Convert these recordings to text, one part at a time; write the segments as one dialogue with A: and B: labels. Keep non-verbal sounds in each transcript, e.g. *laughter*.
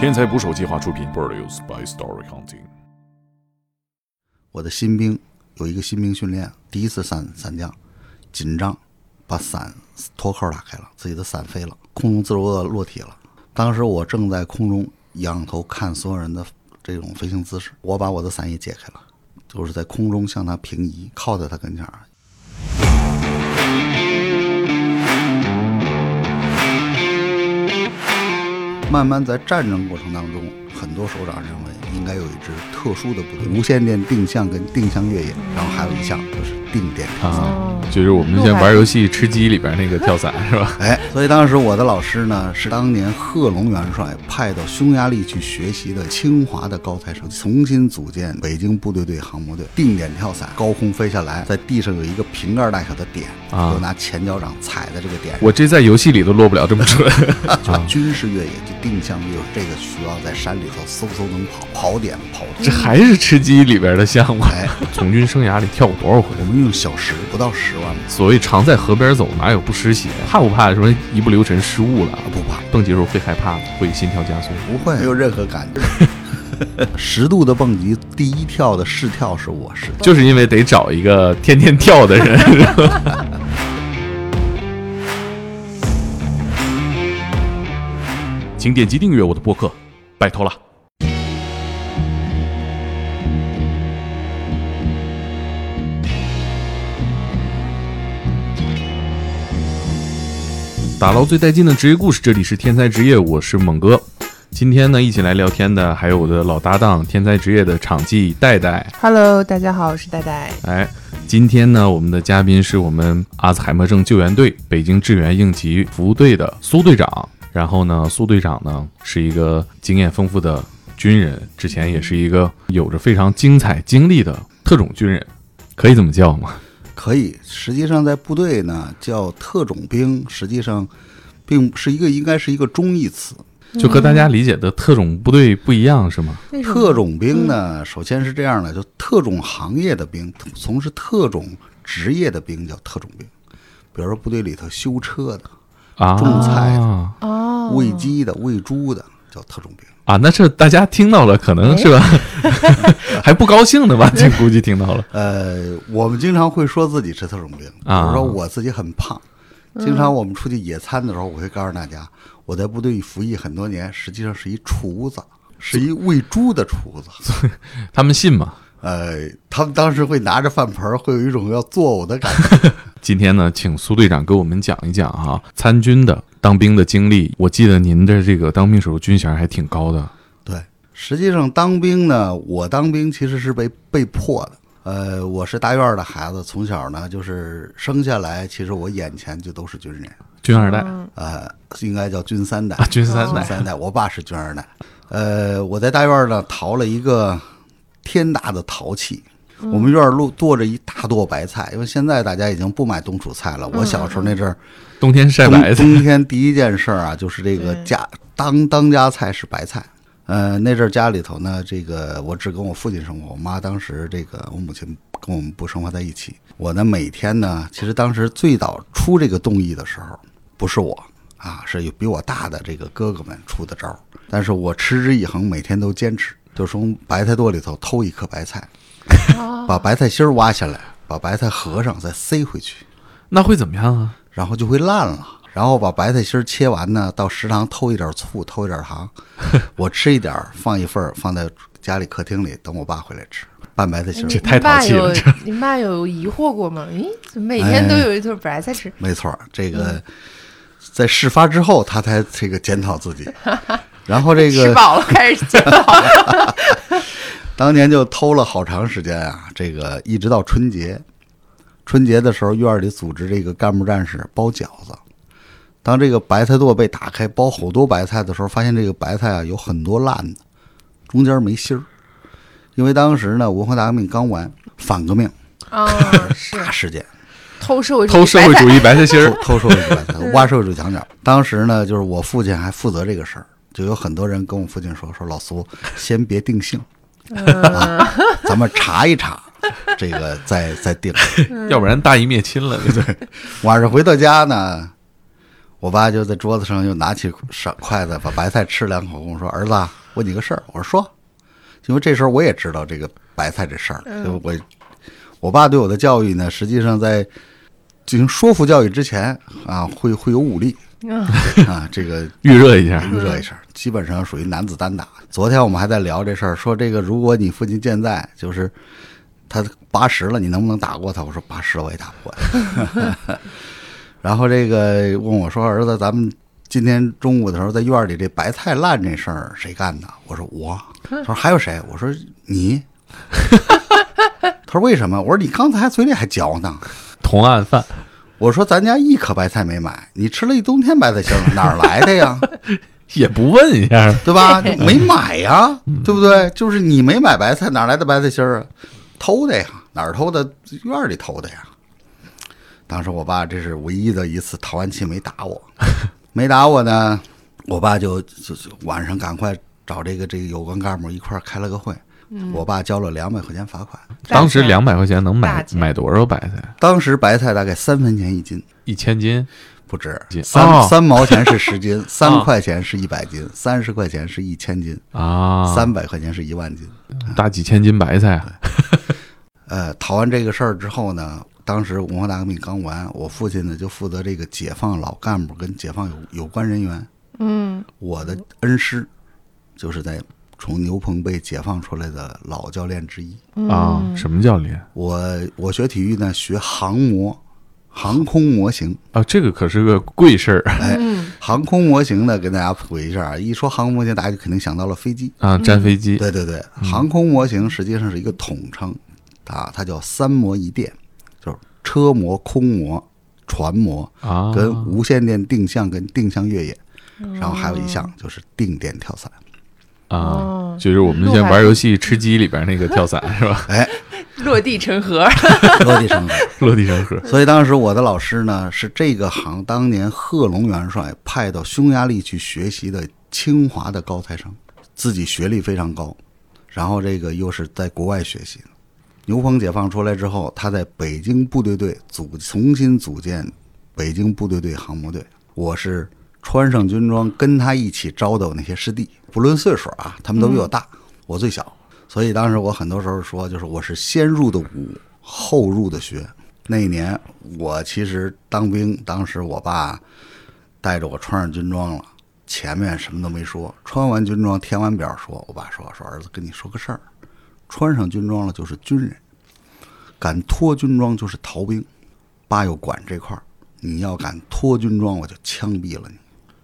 A: 天才捕手计划出品，Produced by Story Hunting。
B: 我的新兵有一个新兵训练，第一次伞伞降，紧张，把伞脱扣打开了，自己的伞飞了，空中自如的落体了。当时我正在空中仰头看所有人的这种飞行姿势，我把我的伞也解开了，就是在空中向他平移，靠在他跟前儿。慢慢在战争过程当中，很多首长认为应该有一支特殊的部队，无线电定向跟定向越野，然后还有一项就是定点跳伞。
C: 哦，
D: 就是我们现在玩游戏吃鸡里边那个跳 *laughs* 伞是吧？
B: 哎，所以当时我的老师呢，是当年贺龙元帅派到匈牙利去学习的清华的高材生，重新组建北京部队队航母队，定点跳伞，高空飞下来，在地上有一个瓶盖大小的点，
D: 啊
B: 我拿前脚掌踩在这个点上，
D: 我这在游戏里都落不了这么准。
B: 就
D: 啊
B: 军事越野就定向越野，这个需要在山里头嗖嗖能跑，跑点跑动。
D: *laughs* 这还是吃鸡里边的项目。
B: 哎，
D: *laughs* 从军生涯里跳过多少回？
B: 我们用小时不到十万吧，
D: 所谓常在河边走，哪有不湿鞋？怕不怕什么一不留神失误了？
B: 啊不怕。
D: 蹦极时候会害怕吗？会心跳加速？
B: 不会，没有任何感
D: *laughs*
B: 觉。十度的蹦极，第一跳的试跳是我试的。
D: 就是因为得找一个天天跳的人。是吧 *laughs*
A: 请点击订阅我的播客，拜托了。
D: 打捞最带劲的职业故事，这里是天才职业，我是猛哥。今天呢，一起来聊天的还有我的老搭档天才职业的场记戴戴。
C: Hello，大家好，我是戴戴。
D: 哎，今天呢，我们的嘉宾是我们阿兹海默症救援队北京志愿应急服务队的苏队长。然后呢，苏队长呢是一个经验丰富的军人，之前也是一个有着非常精彩经历的特种军人，可以这么叫吗？
B: 可以，实际上在部队呢叫特种兵，实际上并是一个应该是一个中义词。
D: 就和大家理解的特种部队不一样，是吗？
C: 为什么嗯
B: 特种兵呢，首先是这样的，就特种行业的兵，从事特种职业的兵叫特种兵。比如说部队里头修车的、
D: 啊，
B: 种菜
C: 哦，
B: 喂鸡的、喂猪的叫特种兵。
D: 啊，那这大家听到了，可能是吧？还不高兴呢吧？这估计听到了。
B: 呃，我们经常会说自己是特种兵，比
D: 啊
B: 如说我自己很胖，经常我们出去野餐的时候，我会告诉大家，我在部队服役很多年，实际上是一厨子，是一喂猪的厨子。
D: 他们信吗？
B: 呃，他们当时会拿着饭盆儿，会有一种要作呕的感觉。
D: 今天呢，请苏队长给我们讲一讲哈、参军的当兵的经历。我记得您的这个当兵时候军衔还挺高的，
B: 对，实际上当兵呢，我当兵其实是被被迫的。呃，我是大院儿的孩子，从小呢就是生下来，其实我眼前就都是军人，
D: 军二代、
B: 呃，应该叫军三代
D: 啊，。军三代
B: 军，三代，我爸是军二代。呃，我在大院儿呢淘了一个天大的陶器。
D: 嗯
B: 我们院儿路剁着一大垛白菜，因为现在大家已经不买冬储菜了。
D: 嗯
B: 我小时候那阵儿，
D: 冬天晒
B: 冬
D: 白菜，
B: 冬天第一件事儿啊，就是这个
C: 对
B: 家当当家菜是白菜。呃，那阵儿家里头呢，这个我只跟我父亲生活，我妈当时这个我母亲跟我们不生活在一起。我呢每天呢，其实当时最早出这个动议的时候，不是我啊，是有比我大的这个哥哥们出的招儿，但是我持之以恒，每天都坚持，就从白菜垛里头偷一颗白菜，把白菜心儿挖下来，把白菜合上，再塞回去。
D: 那会怎么样啊？
B: 然后就会烂了。然后把白菜心儿切完呢，到食堂偷一点醋，偷一点
D: *laughs*
B: 糖，我吃一点儿，放一份儿，放在家里客厅里，等我爸回来吃。拌白菜心儿，
D: 这哎太淘气了
C: 你爸有你爸有疑惑过吗？咦，怎么每天都有一顿白菜吃？
B: 没错儿，这
D: 嗯
B: 个在事发之后，他才这个检讨
D: *laughs*
B: 自己。然后这
C: 吃
B: 个
C: 饱了开始煎熬。
B: 当年就偷了好长时间啊，这个一直到春节，春节的时候院儿里组织这个干部战士包饺子。当这个白菜垛被打开，包好多白菜的时候，发现这个白菜啊有很多烂的，中间没芯儿。因为当时呢，文化大革命刚完，反革命
C: 啊，是
B: 大事件，
C: 偷社会主义
D: 偷社会
C: 白菜
D: 主义白菜
B: *laughs*
D: 心儿，
B: 偷偷社会主义白菜，挖社会主义墙角。当时呢，就是我父亲还负责这个事儿，就有很多人跟我父亲说：“说老苏，先别定性，啊，咱们查一查，这个再再定。
D: 要不然大义灭亲了。对不对？
B: 晚上回到家呢，我爸就在桌子上又拿起勺筷子把白菜吃两口，跟我说：“儿子啊，问你个事儿。”我说：“说。”因为这时候我也知道这个白菜这事儿，
C: 嗯
B: 就我我爸对我的教育呢，实际上在进行说服教育之前啊，会会有武力
C: 嗯，
B: *laughs* 啊，这个
D: 预热一下，
B: 预热一下，基本上属于男子单打。昨天我们还在聊这事儿，说这个如果你父亲健在，就是他八十了，你能不能打过他？我说八十了我也打不过他。 *laughs* 然后这个问我说儿子，咱们今天中午的时候在院里这白菜烂这事儿谁干的？我说我。他说还有谁？我说你。他说为什么？我说你刚才嘴里还嚼呢。
D: 同案犯，
B: 我说咱家一颗白菜没买，你吃了一冬天白菜香，哪儿来的呀？
D: 也不问一下，
B: 对吧？没买呀，对不对？就是你没买白菜，哪来的白菜心儿啊？偷的呀，哪儿偷的？院儿里偷的呀。当时我爸这是唯一的一次淘完气没打我，没打我呢，我爸就就就晚上赶快找这个这个有关干部一块儿开了个会，我爸交了两百块钱罚款，
D: 当时
C: 大
D: 两百块钱能
C: 大
D: 买
C: 钱
D: 买多少白菜？
B: 当时白菜大概三分钱一斤。
D: 一千斤，
B: 不止
D: 斤
B: 三、
D: 哦
B: 三毛钱是十
D: *laughs*
B: 斤，三
D: 啊
B: 块钱是一百斤，三十块钱是一千斤，
D: 啊，
B: 三百块钱是一万斤。
D: 大几千斤白菜啊，
B: 呃，逃完这个事儿之后呢，当时文化大革命刚完，我父亲呢就负责这个解放老干部跟解放有有关人员。
C: 嗯，
B: 我的恩师就是在从牛棚被解放出来的老教练之一。
D: 啊，什么教练
B: 我我学体育呢，学航模，航空模型。
D: 啊？这个可是个贵事儿啊
C: 嗯，
B: 航空模型呢，跟大家普及一下啊。一说航空模型，大家就肯定想到了飞机。
D: 啊，粘飞机，
B: 嗯
D: 嗯
B: 对对对，航空模型实际上是一个统称，啊，它叫三模一电，就是车模、空模、船模。
D: 啊，
B: 跟无线电定向跟定向越野，然后还有一项就是定点跳伞。 *laughs*
D: 啊。
C: 哦，
D: 就是我们现在玩游戏吃鸡里边那个跳
C: *laughs*
D: 伞是吧？
B: 哎，
C: 落地成
D: *laughs*
C: 盒，
B: 落地生根。
D: 落地成盒
B: 所以当时我的老师呢是这个行当年贺龙元帅派到匈牙利去学习的清华的高材生，自己学历非常高，然后这个又是在国外学习的。牛棚解放出来之后，他在北京部队队组重新组建北京部队队航母队。我是穿上军装跟他一起招的我那些师弟，不论岁数啊，他们都比我大，我最小，所以当时我很多时候说，就是我是先入的伍，后入的学。那一年我其实当兵，当时我爸带着我穿上军装了，前面什么都没说，穿完军装填完表说，我爸说说儿子跟你说个事儿，穿上军装了就是军人，敢脱军装就是逃兵。爸又管这块儿，你要敢脱军装，我就枪毙了你。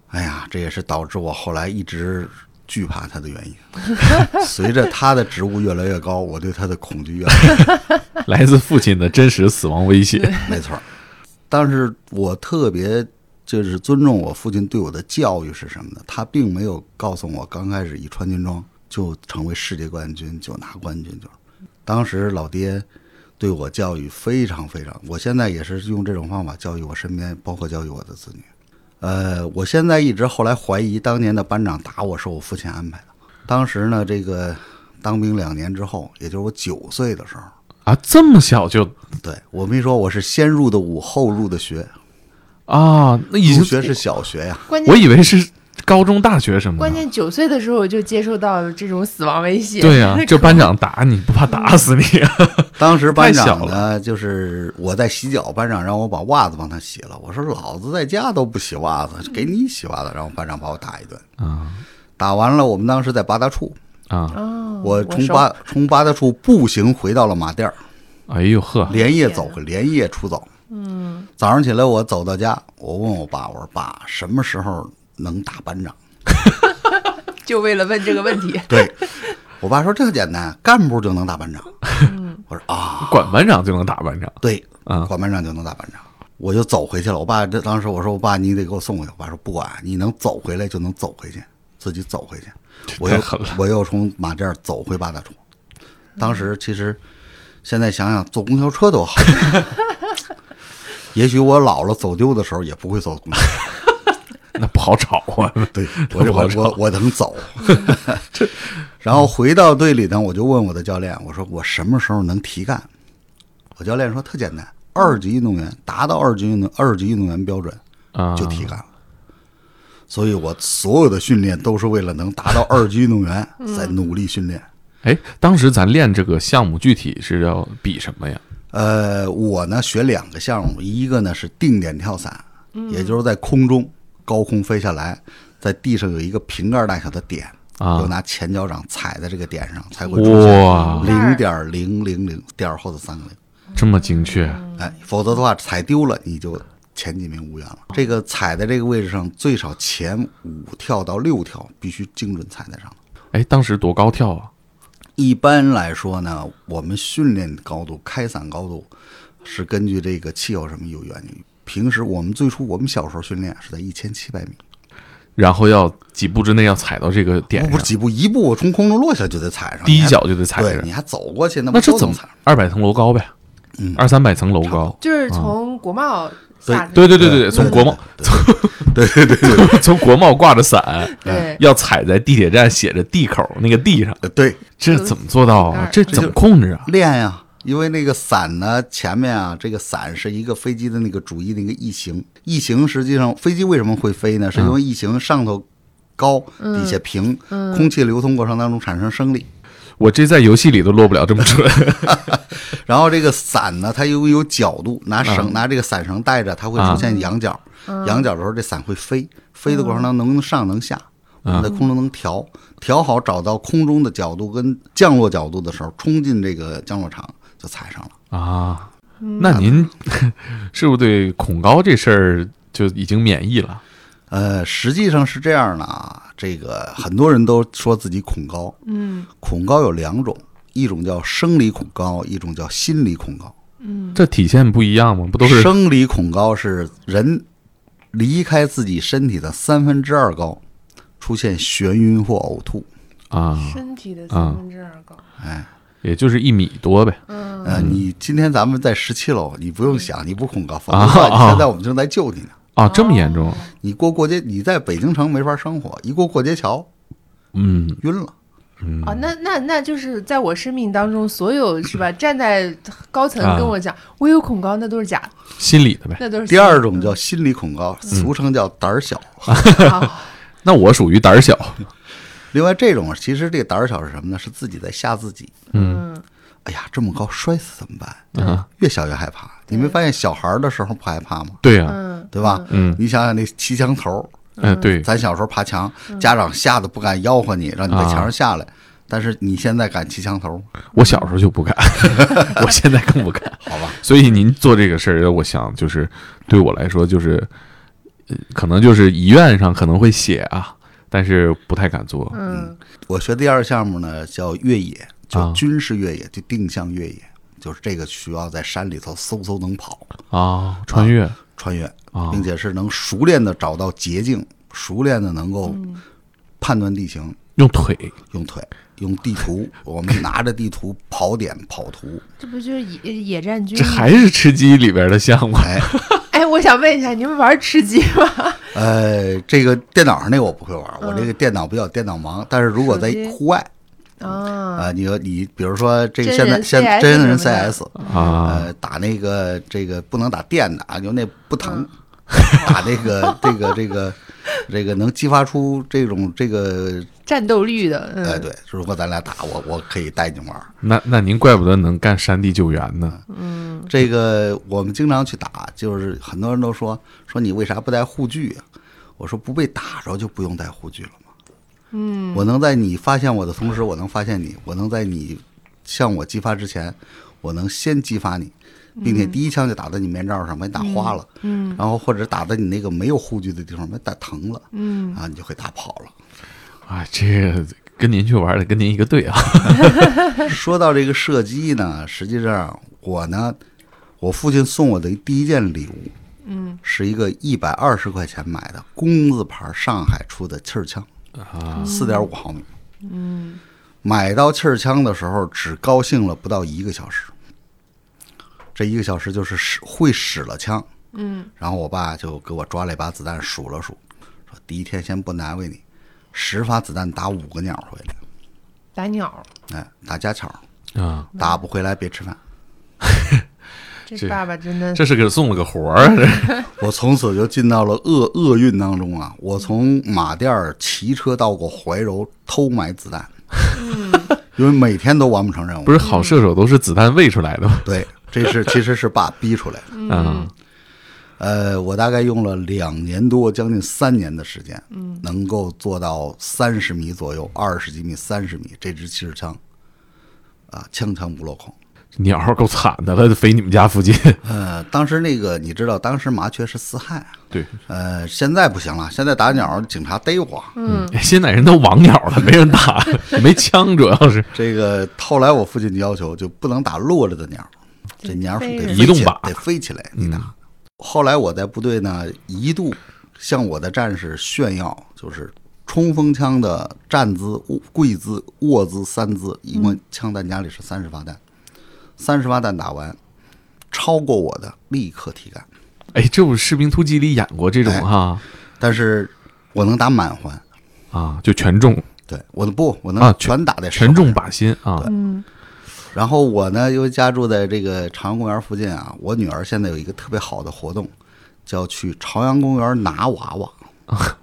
B: 哎呀，这也是导致我后来一直惧怕他的原因。随着他的职务越来越高，我对他的恐惧越来越
D: 来自父亲的真实死亡威胁。
B: 没错儿。但是我特别就是尊重我父亲对我的教育是什么呢？他并没有告诉我，刚开始一穿军装就成为世界冠军，就拿冠军就是。当时老爹对我教育非常非常，我现在也是用这种方法教育我身边，包括教育我的子女。呃，我现在一直后来怀疑当年的班长打我是我父亲安排的。当时呢，这个当兵两年之后，也就是我九岁的时候，
D: 啊，这么小就
B: 对我没说我是先入的伍，后入的学，
D: 啊，那已
B: 入
D: 经
B: 学是小学呀、
C: 关键
D: 我以为是高中、大学什么
C: 关
D: 的。
C: 键九岁的时候我就接受到了这种死亡威胁，
D: 对
C: *laughs*
D: 呀、这班长打你不怕打死你啊？
B: 当时班
D: 太小
B: 长呢，就是我在洗脚，班长让我把袜子帮他洗了。我说老子在家都不洗袜子，给你洗袜子。然后班长把我打一顿，
D: 啊
B: 打完了，我们当时在八大处，
D: 啊！
C: 哦，
B: 嗯我从
C: 熟
B: 八从八大处步行回到了马甸儿，
D: 哎呦呵，
B: 连夜走，连夜出走。嗯，早上起来我走到家，我问我爸，我说爸，什么时候能打班长？
C: 就为了问这个问
D: *laughs*
C: 题，
B: *laughs* 对我爸说这个简单，干部就能打班长。我说啊，
D: 管班长就能打班长
B: 对，
D: 啊
B: 管班长就能打班长。我就走回去了。我爸这当时我说我爸你得给我送回去。我爸说不管，你能走回来就能走回去，自己走回去。我又
D: 太狠了
B: 我又从马甸儿走回八大处。当时其实现在想想坐公交车多好， *laughs* 也许我老了走丢的时候也不会坐公交车。
D: 那不好找啊！
C: 嗯
B: *laughs* 对，我这
D: 不好
B: 我
D: 找
B: 我我能走。 *laughs* 然后回到队里呢，我就问我的教练，我说我什么时候能提干？我教练说特简单，二级运动员达到二级运动二级运动员标准
D: 啊，
B: 就提干了。所以我所有的训练都是为了能达到二级运动员，在努力训练。
D: 哎，当时咱练这个项目具体是要比什么呀？
B: 呃，我呢学两个项目，一个呢是定点跳伞，也就是在空中高空飞下来，在地上有一个瓶盖大小的点，
D: 啊
B: 就拿前脚掌踩在这个点上才会出现
D: 哇，
B: 零点零零零点儿后的三个零，
D: 这么精确，啊
C: 嗯
B: 哎，否则的话踩丢了你就前几名无缘了。这个踩在这个位置上，最少前五跳到六跳必须精准踩在上。
D: 哎，当时多高跳啊？
B: 一般来说呢，我们训练高度、开伞高度是根据这个气候什么有原因。平时我们最初我们小时候训练是在一千七百米，
D: 然后要几步之内要踩到这个点
B: 不
D: 上
B: 是，几步，一步我从空中落下就得踩上，
D: 啊第
B: 你
D: 一
B: 还
D: 脚就得踩
B: 对，
D: 着
B: 你，还走过去，那
D: 那
B: 不
D: 这
B: 都
D: 怎
B: 能
D: 么
B: 踩？
D: 二百层楼高呗？
B: 嗯
D: 二三百层楼高。
C: 就是从国贸下
D: 嗯对
C: 对
D: 对对对，从国贸
B: 对
D: *laughs*
B: 对对对
D: 从国贸挂着伞，
C: 对，
D: 要踩在地铁站写着地口那个地上，
B: 对对，
D: 这怎么做到啊？
C: 嗯
D: 这怎么控制啊？
B: 练呀、因为那个伞呢，前面啊，这个伞是一个飞机的那个主翼的一个翼形，翼形实际上飞机为什么会飞呢？是
D: 嗯
B: 因为翼形上头高，底下平，空气流通过程当中产生升力。
D: 我这在游戏里都落不了这么 *laughs* 准。
B: 然后这个伞呢，它又有角度，拿绳、拿这个伞绳带着，它会出现仰角。仰角的时候，这伞会飞，飞的过程当中能上能下，我们在空中能调，调好找到空中的角度跟降落角度的时候，冲进这个降落场就踩上了。
D: 啊，那您 *laughs* 是不是对恐高这事儿就已经免疫了？
B: 呃，实际上是这样的啊，这个很多人都说自己恐高，
C: 嗯
B: 恐高有两种，一种叫生理恐高，一种叫心理恐高。
D: 这体现不一样吗？不都是
B: 生理恐高是人离开自己身体的三分之二高，出现眩晕或呕吐。哎
D: 啊？
C: 身体的三分之二高，
D: 也就是一米多呗。
C: 嗯，
B: 呃，你今天咱们在十七楼，你不用想，你不恐高，否
D: 啊
B: 则的话
D: 啊
B: 你现在我们正在救你呢。
D: 啊，这么严重？
B: 你过过街，你在北京城没法生活，一过过街桥
D: 嗯，
B: 晕了。
C: 哦，那那那就是在我生命当中，所有是吧？站在高层
D: 啊
C: 跟我讲我有恐高，那都是假的，
D: 心理的呗。
C: 那都是
B: 第二种
C: *laughs*
B: 叫心理恐高，俗称叫胆儿小。
D: *laughs*
C: 啊，
D: 那我属于胆儿小。
B: 另外，这种其实这个胆儿小是什么呢？是自己在吓自己。
C: 嗯，
B: 哎呀，这么高摔死怎么办？
D: 啊，
B: 越想越害怕。你没发现小孩儿的时候不害怕吗？
D: 对呀、
C: 嗯，
B: 对吧？
D: 嗯
B: 你想想那骑墙头儿，
D: 嗯、对，
B: 咱小时候爬墙，家长吓得不敢吆喝你，让你在墙上下来。
D: 啊
B: 但是你现在敢骑墙头，
D: 我小时候就不敢， *laughs* 我现在更不敢， *laughs* 好吧？所以您做这个事儿，我想就是对我来说，就是、呃可能就是遗愿上可能会写啊，但是不太敢做。
C: 嗯，
B: 我学第二项目呢叫越野，
D: 啊
B: 就军事越野，就定向越野，就是这个需要在山里头嗖嗖能跑
D: 啊，穿越
B: 穿越，
D: 啊
B: 并且是能熟练的找到捷径，熟练的能够判断地形，
D: 用腿
B: 用腿，用地图，我们拿着地图跑点跑图，
C: 这不就是野野战军
D: 这
C: 吗？ *laughs*
D: 还是吃鸡里边的项 *laughs* 目
B: 哎，
C: 哎，我想问一下，你们玩吃鸡吗？ *laughs* 啊
B: 呃，这个电脑上那个我不会玩，我这个电脑比较电脑盲。但是如果在
C: 嗯手机
B: 户外
C: 啊，
D: 呃
B: 啊，你要你比如说这个
C: 真
B: 现在
C: 人
B: 现
C: CS
B: 真人
C: 什么的
B: CS，
D: 啊，
B: 呃，打那个这个不能打电的啊，就那不疼，
C: 嗯
B: *laughs* 打那个这个这个这个能激发出这种这个
C: 战斗力的，嗯，
D: 呃
B: 哎，对，如果咱俩打我，我可以带你玩。
D: 那那您怪不得能干山地救援呢。
B: 这个我们经常去打，就是很多人都说说你为啥不带护具啊？我说不被打着就不用带护具了吗？嗯，我能在你发现我的同时，我能发现你，我能在你向我激发之前，我能先激发你，并且第一枪就打在你面罩上，把你打花了，嗯，然后或者打在你那个没有护具的地方，把你打疼了，嗯，啊，你就会打跑了。
D: 啊，这个跟您去玩的跟您一个队啊。
B: *laughs* 说到这个射击呢，实际上我呢，我父亲送我的第一件礼物，嗯，是一个一百二十块钱买的工字牌上海出的气儿枪，啊，四点五毫米，嗯，买到气儿枪的时候只高兴了不到一个小时，这一个小时就是使会使了枪，嗯，然后我爸就给我抓了一把子弹数了数，说第一天先不难为你，十发子弹打五个鸟回来，
C: 打鸟，
B: 哎，打家巧儿。
D: 啊，
B: 打不回来别吃饭。
C: 这
D: 这
C: 爸爸真的
D: 这是给送了个活儿， *laughs*
B: 我从此就进到了厄厄运当中啊！我从马甸儿骑车到过怀柔偷买子弹，因为每天都完不成任务。
D: 不是好射手都是子弹喂出来的吗？
B: 对，这是其实是爸逼出来的。
D: 啊，
B: 呃，我大概用了两年多，将近三年的时间，能够做到三十米左右，二十几米、三十米这支气势枪，啊，枪枪不落空。
D: 鸟儿够惨的了，飞你们家附近。
B: 呃，当时那个你知道，当时麻雀是四害啊，
D: 对，
B: 呃，现在不行了，现在打鸟警察逮我。
D: 嗯，现在人都亡鸟了，没人打，没枪，主要是
B: 这个后来我父亲要求就不能打落了的鸟，这鸟得
C: 飞
B: 飞
C: 着
B: 起
D: 移动吧嗯
B: 得飞起来你打。后来我在部队呢，一度向我的战士炫耀，就是冲锋枪的站姿、卧跪姿、卧姿三姿，一共枪弹夹里是三十发弹，三十发弹打完，超过我的立刻提杆，
D: 哎，这不《士兵突击》里演过这种哈
B: 但是我能打满环，
D: 啊，就全中
B: 对我的不，我
D: 啊
B: 能
D: 全
B: 全打在手
D: 全中
B: 上
D: 靶心啊，
B: 然后我呢又家住在这个朝阳公园附近啊，我女儿现在有一个特别好的活动，叫去朝阳公园拿娃娃。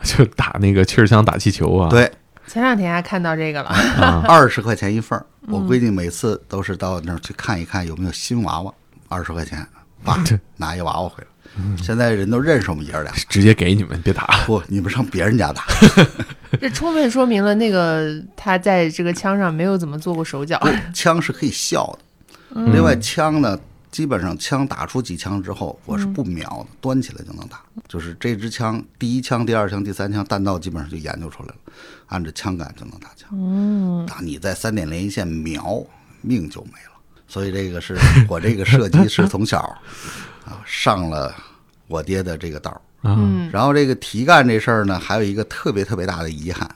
D: 就打那个气儿枪打气球啊。
B: 对，
C: 前两天还看到这个了， *laughs*
B: 二十块钱一份儿。我闺女每次都是到那儿去看一看有没有新娃娃，二十块钱，爸拿一娃娃回来。
D: 嗯
B: 现在人都认识我们爷儿俩，
D: 直接给你们，别打。
B: 不，你们上别人家打。
C: 这充分说明了那个他在这个枪上没有怎么做过手脚。
D: 哦
B: 枪是可以笑的，另外枪呢，基本上枪打出几枪之后，我是不瞄的，端起来就能打。就是这支枪，第一枪、第二枪、第三枪，弹道基本上就研究出来了，按着枪杆就能打枪。嗯，打你在三点连一线瞄，命就没了。所以这个是我这个射击是从小 *laughs* 啊上了我爹的这个道儿。
C: 嗯，
B: 然后这个提干这事儿呢，还有一个特别特别大的遗憾，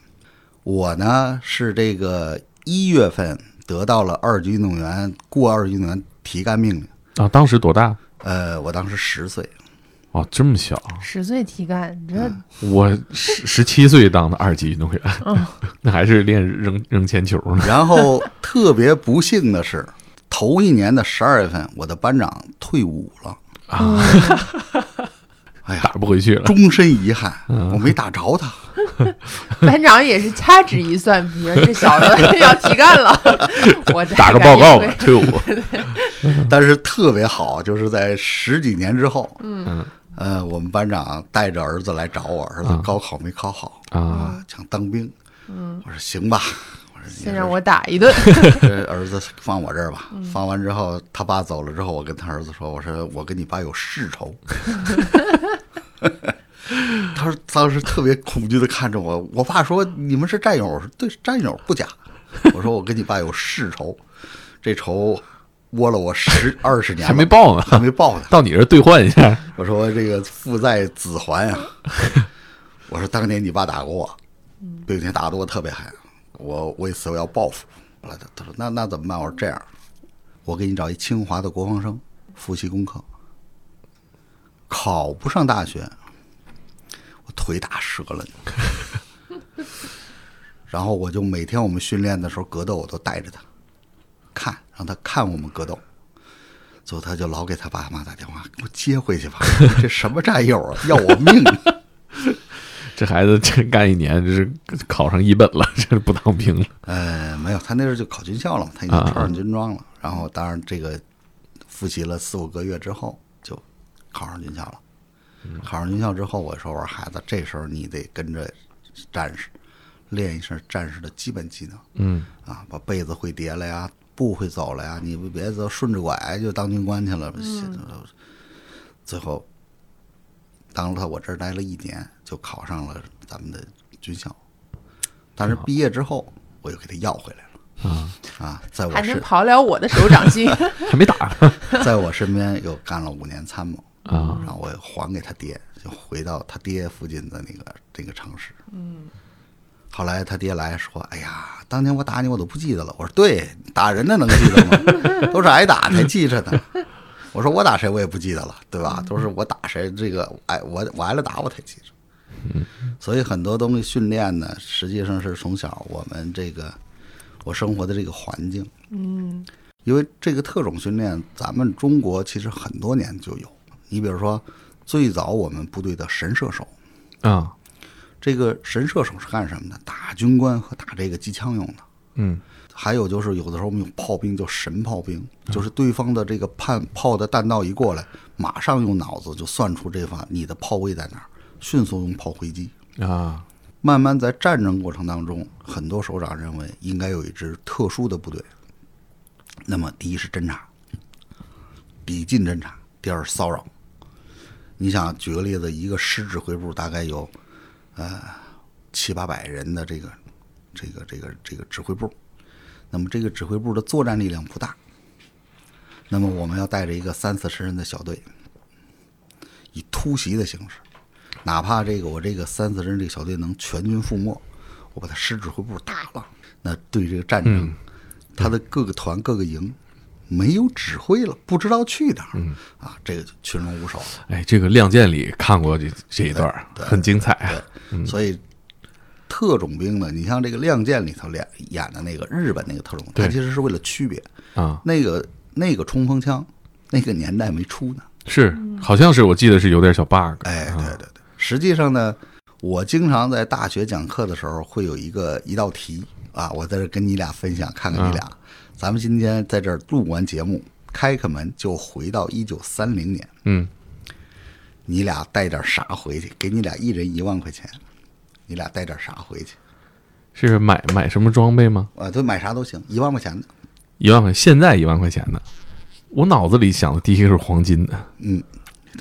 B: 我呢是这个一月份得到了二级运动员过二级运动员提干命令，
D: 啊，当时多大？
B: 呃，我当时十岁，
D: 哦，这么小，
C: 十岁提干，你
D: 嗯
C: 这
D: 我十十七岁当的二级运动员， *laughs* 那还是练扔扔铅球呢。
B: 然后特别不幸的是， *laughs* 头一年的十二月份，我的班长退伍了，
D: 打不回去了。
B: 终身遗憾，我没打着他。
D: *laughs*
C: 班长也是掐指一算，比如说这小子要提干
D: *laughs*
C: 了，我再
D: 打个
C: 干
D: 报
C: 一
D: 告
C: 回 *laughs*
D: 吧，退伍。
B: 但是特别好，就是在十几年之后，嗯，呃，我们班长带着儿子来找我，儿子高考没考好
D: 啊，
B: 想当兵，嗯，我说行吧，我说
C: 先让我打
D: *laughs*
C: 一顿。
B: 这儿子放我这儿
D: 嗯
B: 吧，放完之后他爸走了之后，我跟他儿子说，我说我跟你爸有世
D: *laughs*
B: 仇。他说当时特别恐惧的看着我，我爸说你们是战友，我说对，战友不假。我说我跟你爸有世仇，这仇窝了我十二十年了，
D: 还没报呢
B: 还没报呢。
D: 到你这儿兑换一下，
B: 我说这个父债子还呀、我说当年你爸打过我，并且打得我特别狠，我为此我要报复。后来他他说那那怎么办？我说这样，我给你找一清华的国防生复习功课。考不上大学，我腿打折了你。然后我就每天我们训练的时候格斗，我都带着他看，让他看我们格斗。最后他就老给他爸妈打电话，给我接回去吧，这什么战友啊，要 *laughs* 我命！
D: 这孩子这干一年，这是考上一本了，这不当兵了。
B: 呃，没有，他那时候就考军校了嘛，他已经穿上军装了。然后，当然这个复习了四五个月之后，就考上军校了。考上军校之后，我说我说孩子，这时候你得跟着战士练一身战士的基本技能
D: 嗯，
B: 啊，把被子会叠了呀，步会走了呀，你别就顺着拐就当军官去
C: 嗯
B: 了。最后，当了我这儿待了一年，就考上了咱们的军校。但是毕业之后，我又给他要回来了。啊在
C: 还
B: 我
C: 能
B: 身
C: 跑了我的手掌
D: *laughs*
C: 心。
D: 还没打呢。
B: 在我身边又干了五年参谋
D: 啊，
B: 然后我又还给他爹，就回到他爹附近的那个那个城市。嗯。后来他爹来说：“哎呀，当年我打你，我都不记得了。”我说：“对，打人的能记得吗？都是挨打才记着呢。”我说：“我打谁我也不记得了，对吧？都是我打谁，这个挨我我挨了打我才记着。”所以很多东西训练呢，实际上是从小我们这个我生活的这个环境，嗯，因为这个特种训练，咱们中国其实很多年就有。你比如说，最早我们部队的神射手，
D: 啊，
B: 这个神射手是干什么的？打军官和打这个机枪用的。
D: 嗯
B: 还有就是，有的时候我们用炮兵叫神炮兵，就是对方的这个炮炮的弹道一过来，马上用脑子就算出这方你的炮位在哪儿，迅速用炮回击。
D: 啊，
B: 慢慢在战争过程当中，很多首长认为应该有一支特殊的部队。那么，第一是侦察，抵近侦察；第二是骚扰。你想，举个例子，一个师指挥部大概有呃七八百人的这个这个这个这个指挥部，那么这个指挥部的作战力量不大。那么我们要带着一个三四十人的小队，以突袭的形式，哪怕这个我这个三四十人这个小队能全军覆没，我把他师指挥部打了，那对这个战
D: 嗯
B: 争，他的各个团各个营没有指挥了，不知道去哪
D: 嗯
B: 儿啊，这个就群龙无首了。
D: 哎，这个《亮剑》里看过这这一段儿，很精彩啊。
B: 所以特种兵呢，你像这个《亮剑》里头演演的那个日本那个特种，
D: 对
B: 他其实是为了区别
D: 啊，
B: 那个那个冲锋枪，那个年代没出呢。
D: 是，好像是我记得是有点小 bug。
B: 哎，对
D: 啊
B: 对对，实际上呢，我经常在大学讲课的时候会有一个一道题啊，我在这跟你俩分享，看看你俩。
D: 啊
B: 咱们今天在这儿录完节目，开开门就回到一九三零年，
D: 嗯，
B: 你俩带点啥回去？给你俩一人一万块钱，你俩带点啥回去？
D: 是买买什么装备吗？
B: 啊，对，买啥都行，一万块钱的，
D: 一万块，现在一万块钱的。我脑子里想的第一个是黄金的。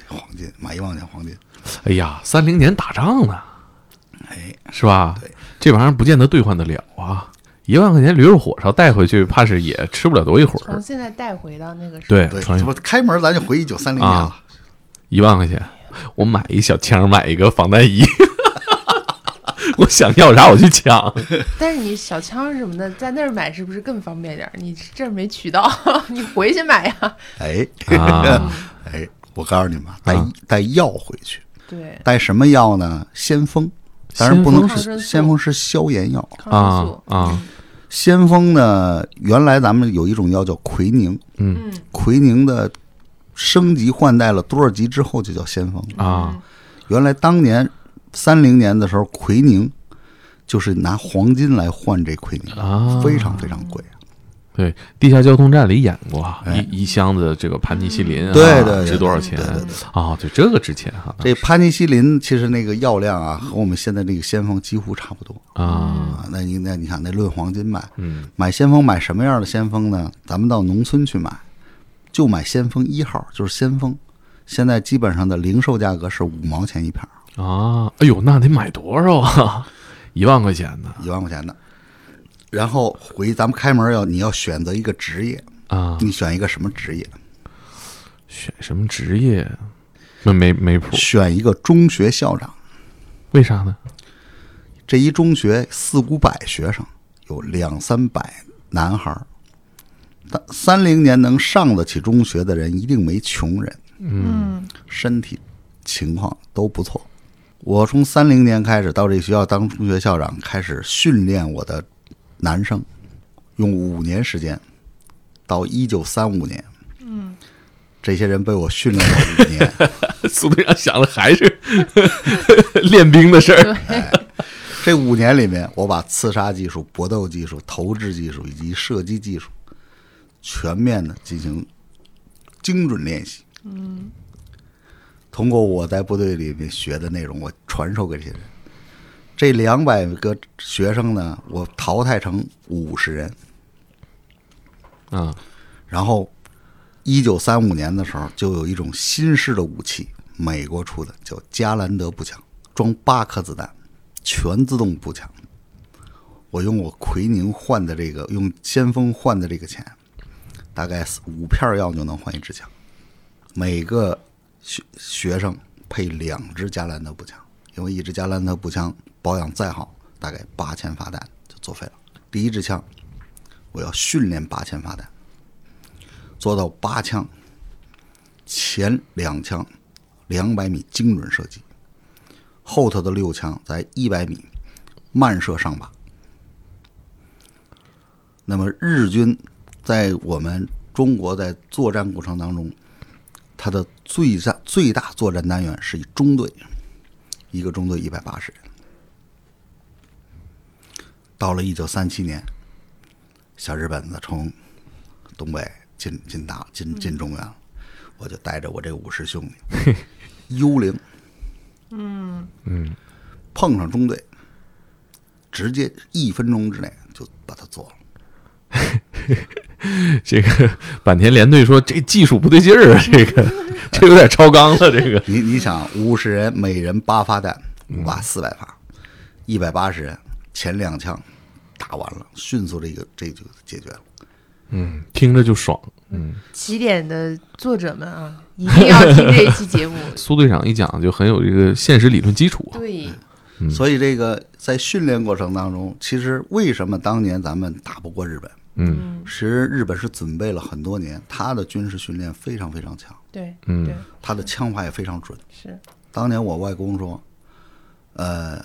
B: 黄金买一万块钱黄金，
D: 哎呀，三零年打仗呢，
B: 哎，
D: 是吧
B: 对？
D: 这玩意儿不见得兑换得了啊。一万块钱驴肉火烧带回去，怕是也吃不了多一会
C: 从
D: 儿。
C: 现在带回到那个时候，
D: 对，
B: 对，
D: 穿
B: 这不开门咱就回一九三零年了
D: 啊。一万块钱，我买一小枪，买一个防弹衣。 *laughs* 我想要啥我去抢。
C: 但是你小枪什么的在那儿买是不是更方便点儿？你这儿没取到， *laughs* 你回去买呀。
B: 哎，
D: 啊
B: *laughs* 哎，我告诉你们啊，带、带药回去，
C: 对，
B: 带什么药呢？先锋，当然不能
C: 先锋
B: 是先锋是消炎药。
C: 抗生
D: 啊
C: 素，
D: 啊！
B: 先锋呢，原来咱们有一种药叫奎宁，
D: 嗯
B: 奎宁的升级换代了多少级之后就叫先锋。
D: 啊
B: 原来当年三零年的时候，奎宁就是拿黄金来换这奎宁，
D: 啊！
B: 非常非常贵。
D: 对，地下交通站里演过啊，一一箱子这个盘尼西林啊，
B: 哎对对对
D: 值多少钱
B: 对对对
D: 啊？对，这个值钱哈
B: 这潘尼西林其实那个药量啊，和我们现在这个先锋几乎差不多
D: 啊
B: 啊。那你那你看那论黄金买，
D: 嗯
B: 买先锋买什么样的先锋呢？咱们到农村去买，就买先锋一号，就是先锋。现在基本上的零售价格是五毛钱一瓶，
D: 啊！哎呦，那得买多少啊？ *laughs* 一万块钱呢
B: 一万块钱的。然后回咱们开门要你要选择一个职业，
D: 啊？
B: 你选一个什么职业？
D: 选什么职业？没没没谱，
B: 选一个中学校长。
D: 为啥呢？ *laughs*
B: 这一中学四五百学生，有两三百男孩儿。但三零年能上得起中学的人，一定没穷人。
C: 嗯，
B: 身体情况都不错。我从三零年开始到这学校当中学校长，开始训练我的男生，用五年时间，到一九三五年，嗯，这些人被我训练了五年。
D: 苏队长想的还是 *laughs* 练兵的事儿
B: 这五年里面，我把刺杀技术、搏斗技术、投掷技术以及射击技术全面的进行精准练习。嗯，通过我在部队里面学的内容，我传授给这些人。这两百个学生呢，我淘汰成五十人，
D: 啊
B: 然后一九三五年的时候，就有一种新式的武器，美国出的叫加兰德步枪，装八颗子弹，全自动步枪。我用我奎宁换的这个，用先锋换的这个钱，大概四五片药就能换一支枪。每个学学生配两支加兰德步枪，因为一支加兰德步枪保养再好，大概八千发弹就作废了。第一支枪，我要训练八千发弹。做到八枪，前两枪两百米精准射击，后头的六枪在一百米慢射上靶。那么日军在我们中国在作战过程当中，它的最战最大作战单元是以中队，一个中队一百八十人。到了一九三七年，小日本子从东北进进大进进中原了，我就带着我这五十兄弟幽灵，嗯嗯，碰上中队，直接一分钟之内就把他做了。
D: 这个坂田联队说这技术不对劲儿啊，这个这有点超纲了，这个
B: 你你想，五十人每人八发弹，五发四百发，一百八十人前两枪打完了，迅速这个这就解决了。
D: 嗯，听着就爽。
C: 起点的作者
D: *laughs*
C: 们啊，一定要听这一期节目。
D: 苏队长一讲就很有这个现实理论基础啊，
C: 对，
B: 所以这个在训练过程当中，其实为什么当年咱们打不过日本？
D: 嗯
B: 其实日本是准备了很多年，他的军事训练非常非常强，
C: 对，
D: 嗯
C: 对，
B: 他的枪法也非常准。
C: 是，
B: 当年我外公说，呃，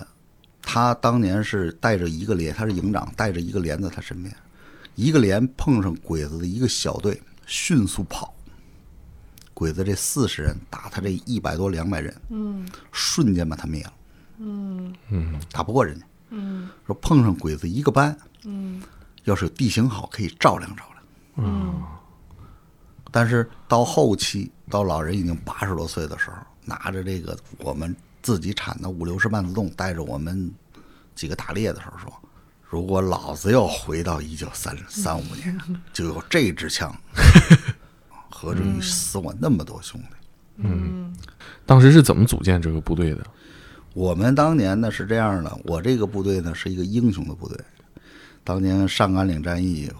B: 他当年是带着一个连，他是营长，带着一个连在他身边，一个连碰上鬼子的一个小队，迅速跑。鬼子这四十人打他这一百多两百人，嗯，瞬间把他灭了，嗯嗯，打不过人家，嗯，说碰上鬼子一个班，嗯，要是有地形好，可以照亮照亮，但是到后期，到老人已经八十多岁的时候，拿着这个我们自己产的五六十万自动，带着我们几个打猎的时候说：“如果老子又回到一九三三五年，就有这支枪， *laughs* 何至于死我那么多兄弟？”
D: 当时是怎么组建这个部队的？
B: 我们当年呢是这样的，我这个部队呢是一个英雄的部队。当年上甘岭战役，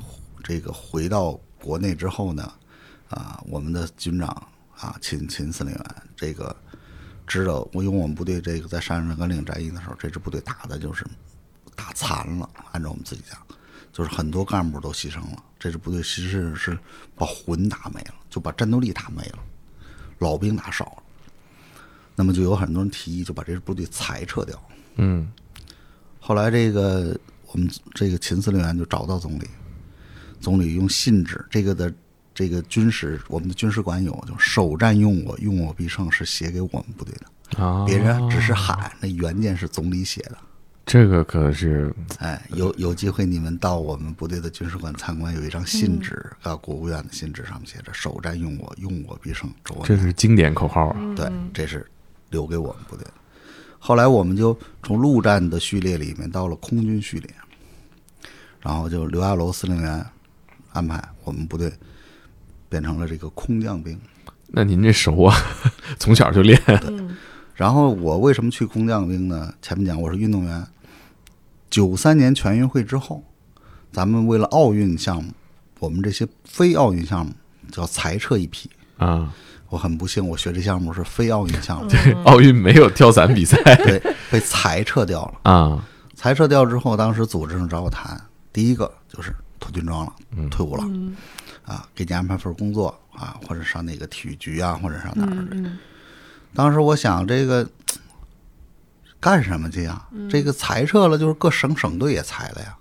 B: 这个回到国内之后呢，啊，我们的军长啊，秦秦司令员，这个知道，我因为我们部队这个在上甘岭战役的时候，这支部队打的就是打残了，按照我们自己讲，就是很多干部都牺牲了。这支部队其实是把魂打没了，就把战斗力打没了，老兵打少了。那么就有很多人提议就把这支部队裁撤掉。
D: 嗯，
B: 后来这个我们这个秦司令员就找到总理，总理用信纸，这个的这个军史，我们的军史馆有，就首战用我，用我必胜是写给我们部队的，
D: 啊，
B: 别人只是喊，
D: 哦
B: 那原件是总理写的。
D: 这个可是
B: 哎，有有机会你们到我们部队的军事馆参观，有一张信纸啊，国务院的信纸上面写着“首战用我，用我必胜”，周恩来
D: 这是经典口号
C: 嗯
D: 啊，
B: 对，这是留给我们部队。后来我们就从陆战的序列里面到了空军序列，然后就刘亚楼司令员安排我们部队变成了这个空降兵。
D: 那您这熟啊， *laughs* 从小就练，
C: 嗯
B: 然后我为什么去空降兵呢？前面讲我是运动员。九三年全运会之后，咱们为了奥运项目，我们这些非奥运项目叫裁撤一批。
D: 啊，
B: 我很不幸，我学这项目是非奥运项目，
C: 嗯
D: *laughs* 奥运没有跳伞比赛
B: 对，被裁撤掉了。
C: 嗯
D: 啊，
B: 裁撤掉之后，当时组织上找我谈，第一个就是脱军装了，退伍了，
C: 嗯
B: 啊，给你安排份工作啊，或者上那个体育局啊，或者上哪儿
C: 嗯
B: 去。当时我想这个干什么去呀、这个裁撤了，就是各省省队也裁了呀，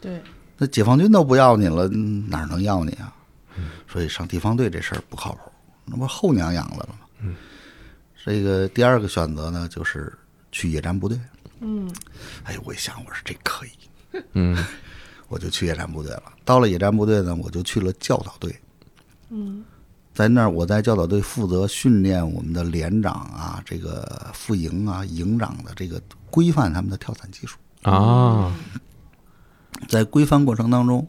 C: 对，
B: 那解放军都不要你了，嗯哪儿能要你啊？所以上地方队这事儿不靠谱，那不是后娘养的了吗？这个第二个选择呢，就是去野战部队。嗯，哎，我一想，我说这可以，
D: 嗯，
B: 我就去野战部队了。到了野战部队呢，我就去了教导队。嗯，在那儿，我在教导队负责训练我们的连长啊，这个副营啊、营长的这个规范他们的跳伞技术。
D: 啊，
B: 在规范过程当中，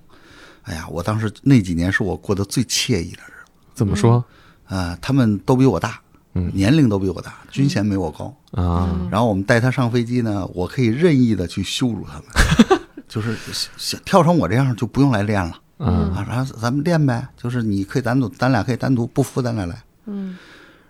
B: 哎呀，我当时那几年是我过得最惬意的日子
D: 怎么说
B: 啊、他们都比我大，
D: 嗯
B: 年龄都比我大，军衔没我高。
C: 嗯
D: 啊？
B: 然后我们带他上飞机呢，我可以任意的去羞辱他们，
D: *laughs*
B: 就是想跳成我这样就不用来练了。
D: 嗯
B: 啊，然后咱们练呗，就是你可以单独，咱俩可以单独，不服咱俩来。
C: 嗯，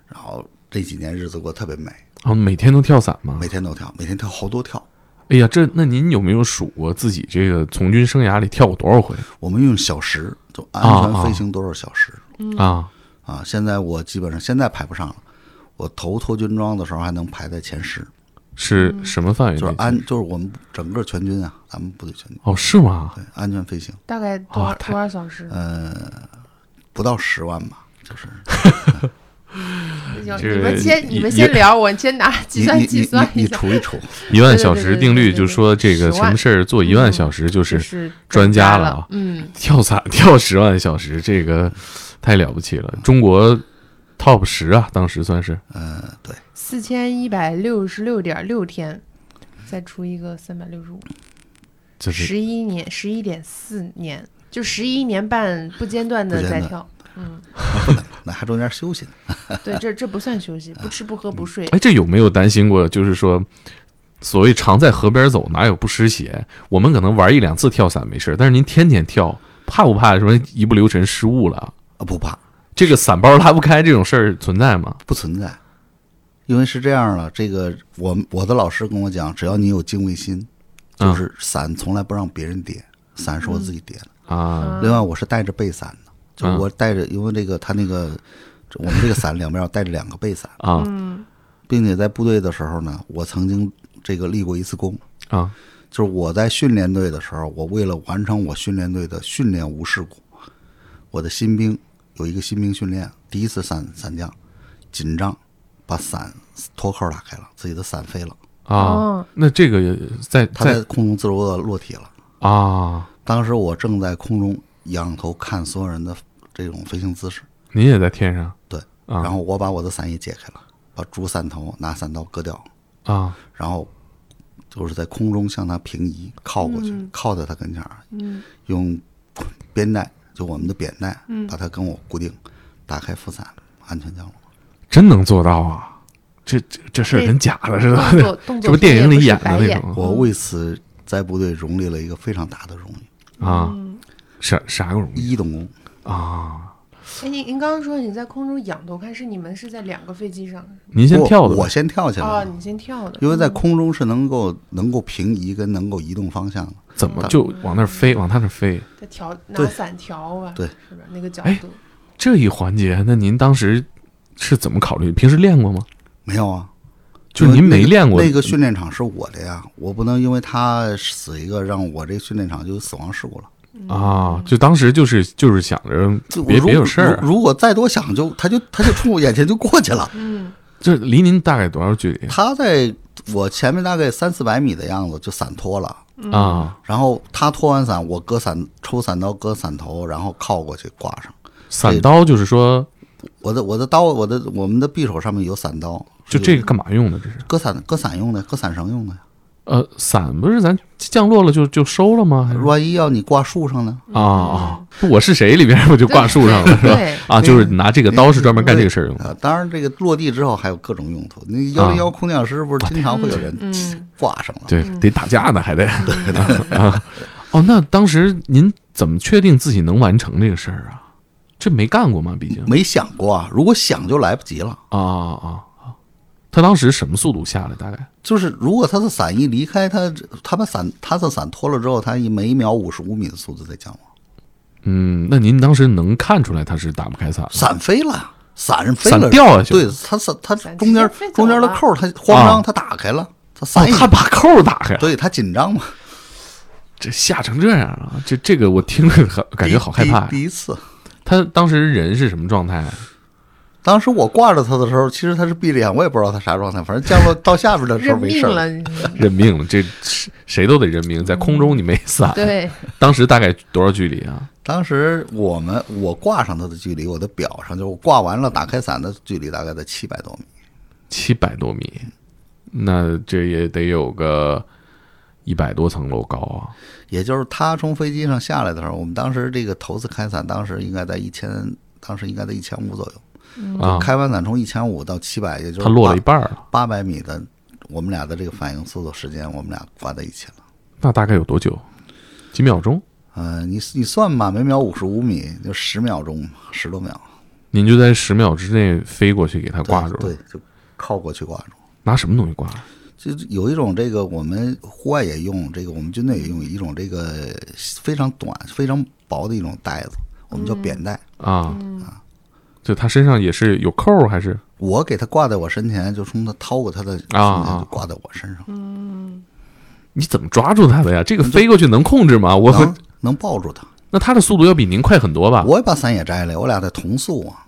B: 然后这几年日子过得特别美，
D: 啊，每天都跳伞吗
B: 每？天都跳，每天跳好多跳。
D: 哎呀，这那您有没有数过自己这个从军生涯里跳过多少回
B: 我们用小时，就安
D: 啊啊
B: 全飞行多少小时？
C: 嗯
D: 啊？
B: 啊，现在我基本上现在排不上了。我头脱军装的时候还能排在前十，
D: 是
C: 嗯
D: 什么范围
B: 就是
D: 内？
B: 安，就是我们整个全军啊，咱们部队全军，
D: 哦，是吗？
B: 对，安全飞行，
C: 大概多少
D: 啊太
C: 多少小时？
B: 呃，不到十万吧，就是
C: 行
D: 这
C: 你
D: 个
C: 们先
D: 一
C: 你们
D: 一
C: 先聊，我先拿计
B: 你
C: 算
B: 你
C: 计
B: 你
C: 算
B: 你
C: 一
B: 你
C: 下。
B: 除一除，
D: 一万
C: 对对
D: 小
C: 对
D: 时
C: 对
D: 定律
C: 对对
D: 就说这个
C: 10
D: 什
C: 万
D: 么事儿做一万
C: 嗯
D: 小时就
C: 就是是
D: 专家了啊
C: 了，嗯，
D: 跳伞 *laughs* 跳十万小时，这个太了不起了，中国 top 十啊，当时算是
B: 呃，对，
C: 四千一百六十六点六天，再除一个三百六十五，
D: 就是
C: 十一年十一点四年，就十一年半不间断的
B: 不间
C: 在
B: 断
C: 跳。嗯，
B: 那还中间休息呢，
C: 对，这这不算休息，不吃不喝不睡。
D: 哎，这有没有担心过？就是说，所谓常在河边走，哪有不湿鞋？我们可能玩一两次跳伞没事，但是您天天跳，怕不怕什么一不留神失误了？
B: 啊，不怕，
D: 这个伞包拉不开这种事儿存在吗？
B: 不存在，因为是这样的，这个我我的老师跟我讲，只要你有敬畏心，
D: 嗯
B: 就是伞从来不让别人叠，伞是我自己叠的。
D: 啊，
B: 另外，我是带着备伞的，就
D: 嗯
B: 我带着，因为这个他那个我们这个伞两边要带着两个备伞，
D: 啊
B: 并且在部队的时候呢，我曾经这个立过一次功，
D: 啊！
B: 就是我在训练队的时候，我为了完成我训练队的训练无事故，我的新兵有一个新兵训练，第一次伞伞降，紧张，把伞脱扣打开了，自己的伞飞了，
D: 啊
C: 哦，
D: 那这个也在
B: 他在
D: 在
B: 空中自如的落体了。
D: 啊，
B: 当时我正在空中仰头看所有人的这种飞行姿势，
D: 您也在天上
B: 对，
D: 啊
B: 然后我把我的伞也解开了，把主伞头拿伞刀割掉，
D: 啊
B: 然后就是在空中向他平移，靠过去，靠在他跟前儿，用编带，就我们的扁带，把他跟我固定，打开副伞，安全降落。
D: 真能做到啊！这这这事儿
C: 这
D: 跟假的似的，
C: 动作动
D: 这
C: 作
D: 不电
C: 片
D: 影里
C: 也不是
D: 演的
C: 白
D: 那种
B: 我为此在部队荣立了一个非常大的荣誉，
D: 啊？
C: 嗯
D: 啥啥个容易
B: 一等功。
D: 啊？
C: 哎，您您刚刚说你在空中仰头看，是你们是在两个飞机上？
D: 您先
B: 不
D: 跳的吧
B: 我先跳起来
C: 哦，
B: 了，
C: 你先跳的，
B: 因为在空中是能够能够平移跟能够移动方向的。
D: 怎么就往那儿飞，往他那儿飞？
C: 在调拿
B: 对
C: 伞调吧，
B: 对，
C: 是吧？那个角
D: 哎
C: 度，
D: 这一环节，那您当时是怎么考虑？平时练过吗？
B: 没有啊，
D: 就是您没练过
B: 那个训练场是我的呀，我不能因为他死一个，让我这训练场就死亡事故了。
D: 啊？就当时就是就是想着
B: 就
D: 别
B: 如
D: 别有事儿啊
B: 如。如果再多想就，他就他就冲我眼前就过去了。
D: 这离您大概多少距离
B: 他在我前面大概三四百米的样子就伞脱了，
D: 啊？
B: 然后他脱完伞，我割伞抽伞刀割伞头，然后靠过去挂上。
C: 嗯
D: 伞刀就是说，
B: 我的我的刀，我的我们的匕首上面有伞刀，
D: 就是这个干嘛用的？这是
B: 割伞割伞用的，割伞绳用的呀。
D: 呃，伞不是咱降落了就就收了吗？还是
B: 万一要你挂树上呢？
D: 啊啊！我是谁里边不就挂树上了是吧？
C: 嗯对，
D: 啊，就是拿这个刀是专门干这个事儿用的。
B: 啊，当然这个落地之后还有各种用途。那幺零幺空降师不是经常会有人
C: 嗯
B: 挂上了？
D: 啊对，得打架呢， *laughs* 还得啊。哦，那当时您怎么确定自己能完成这个事儿啊？这没干过吗？毕竟
B: 没想过啊，如果想就来不及了。
D: 啊啊啊！他当时什么速度下来？大概
B: 就是如果他的伞一离开他，他把伞他的伞脱了之后，他以每秒五十五米的速度在降落，
D: 嗯，那您当时能看出来他是打不开伞的
B: 伞飞了，伞飞了，
D: 伞掉下去了
B: 对，他伞他
C: 伞
B: 中间
C: 直接飞走
B: 中间的
C: 了
B: 扣儿他慌
D: 啊
B: 张，他打开了，他
D: 哦
B: 伞，也
D: 他把扣儿打开了，
B: 对他紧张嘛，
D: *laughs* 这吓成这样啊！这这个我听着很感觉好害怕呀
B: 第。第一次，
D: 他当时人是什么状态？啊
B: 当时我挂着他的时候，其实他是闭着眼，我也不知道他啥状态，反正降落到下边的时候
C: 认
B: 没
C: 嗯命
B: 事儿。
C: 了，你
B: *laughs*
D: 认命了，这谁谁都得认命，在空中你没伞。，
C: 对，
D: 当时大概多少距离啊？
B: 当时我们我挂上他的距离，我的表上就是我挂完了打开伞的距离大概在七百多米，
D: 七百多米，那这也得有个一百多层楼高啊！
B: 也就是他从飞机上下来的时候，我们当时这个头次开伞，当时应该在一千，当时应该在一千五左右，
D: 啊，
B: 开完伞从一千五到七百，也就是
D: 它落了一半儿了，
B: 八百米的，我们俩的这个反应速度时间，我们俩挂在一起了。
D: 那大概有多久？几秒钟？
B: 呃，你你算吧，每秒五十五米，就十秒钟，十多秒，
D: 您就在十秒之内飞过去给它
B: 对
D: 挂住了，
B: 对，就靠过去挂住。
D: 拿什么东西挂？啊
B: 就有一种这个我们户外也用，这个我们军队也用一种这个非常短、非常薄的一种带子，我们叫扁带。
D: 嗯啊？就他身上也是有扣儿还是
B: 我给他挂在我身前，就从他掏过他的
D: 啊啊
B: 就挂在我身上，
D: 你怎么抓住它的呀？这个飞过去能控制吗？我
B: 能能抱住他。
D: 那它的速度要比您快很多吧？
B: 我也把伞也摘了，我俩在同宿啊。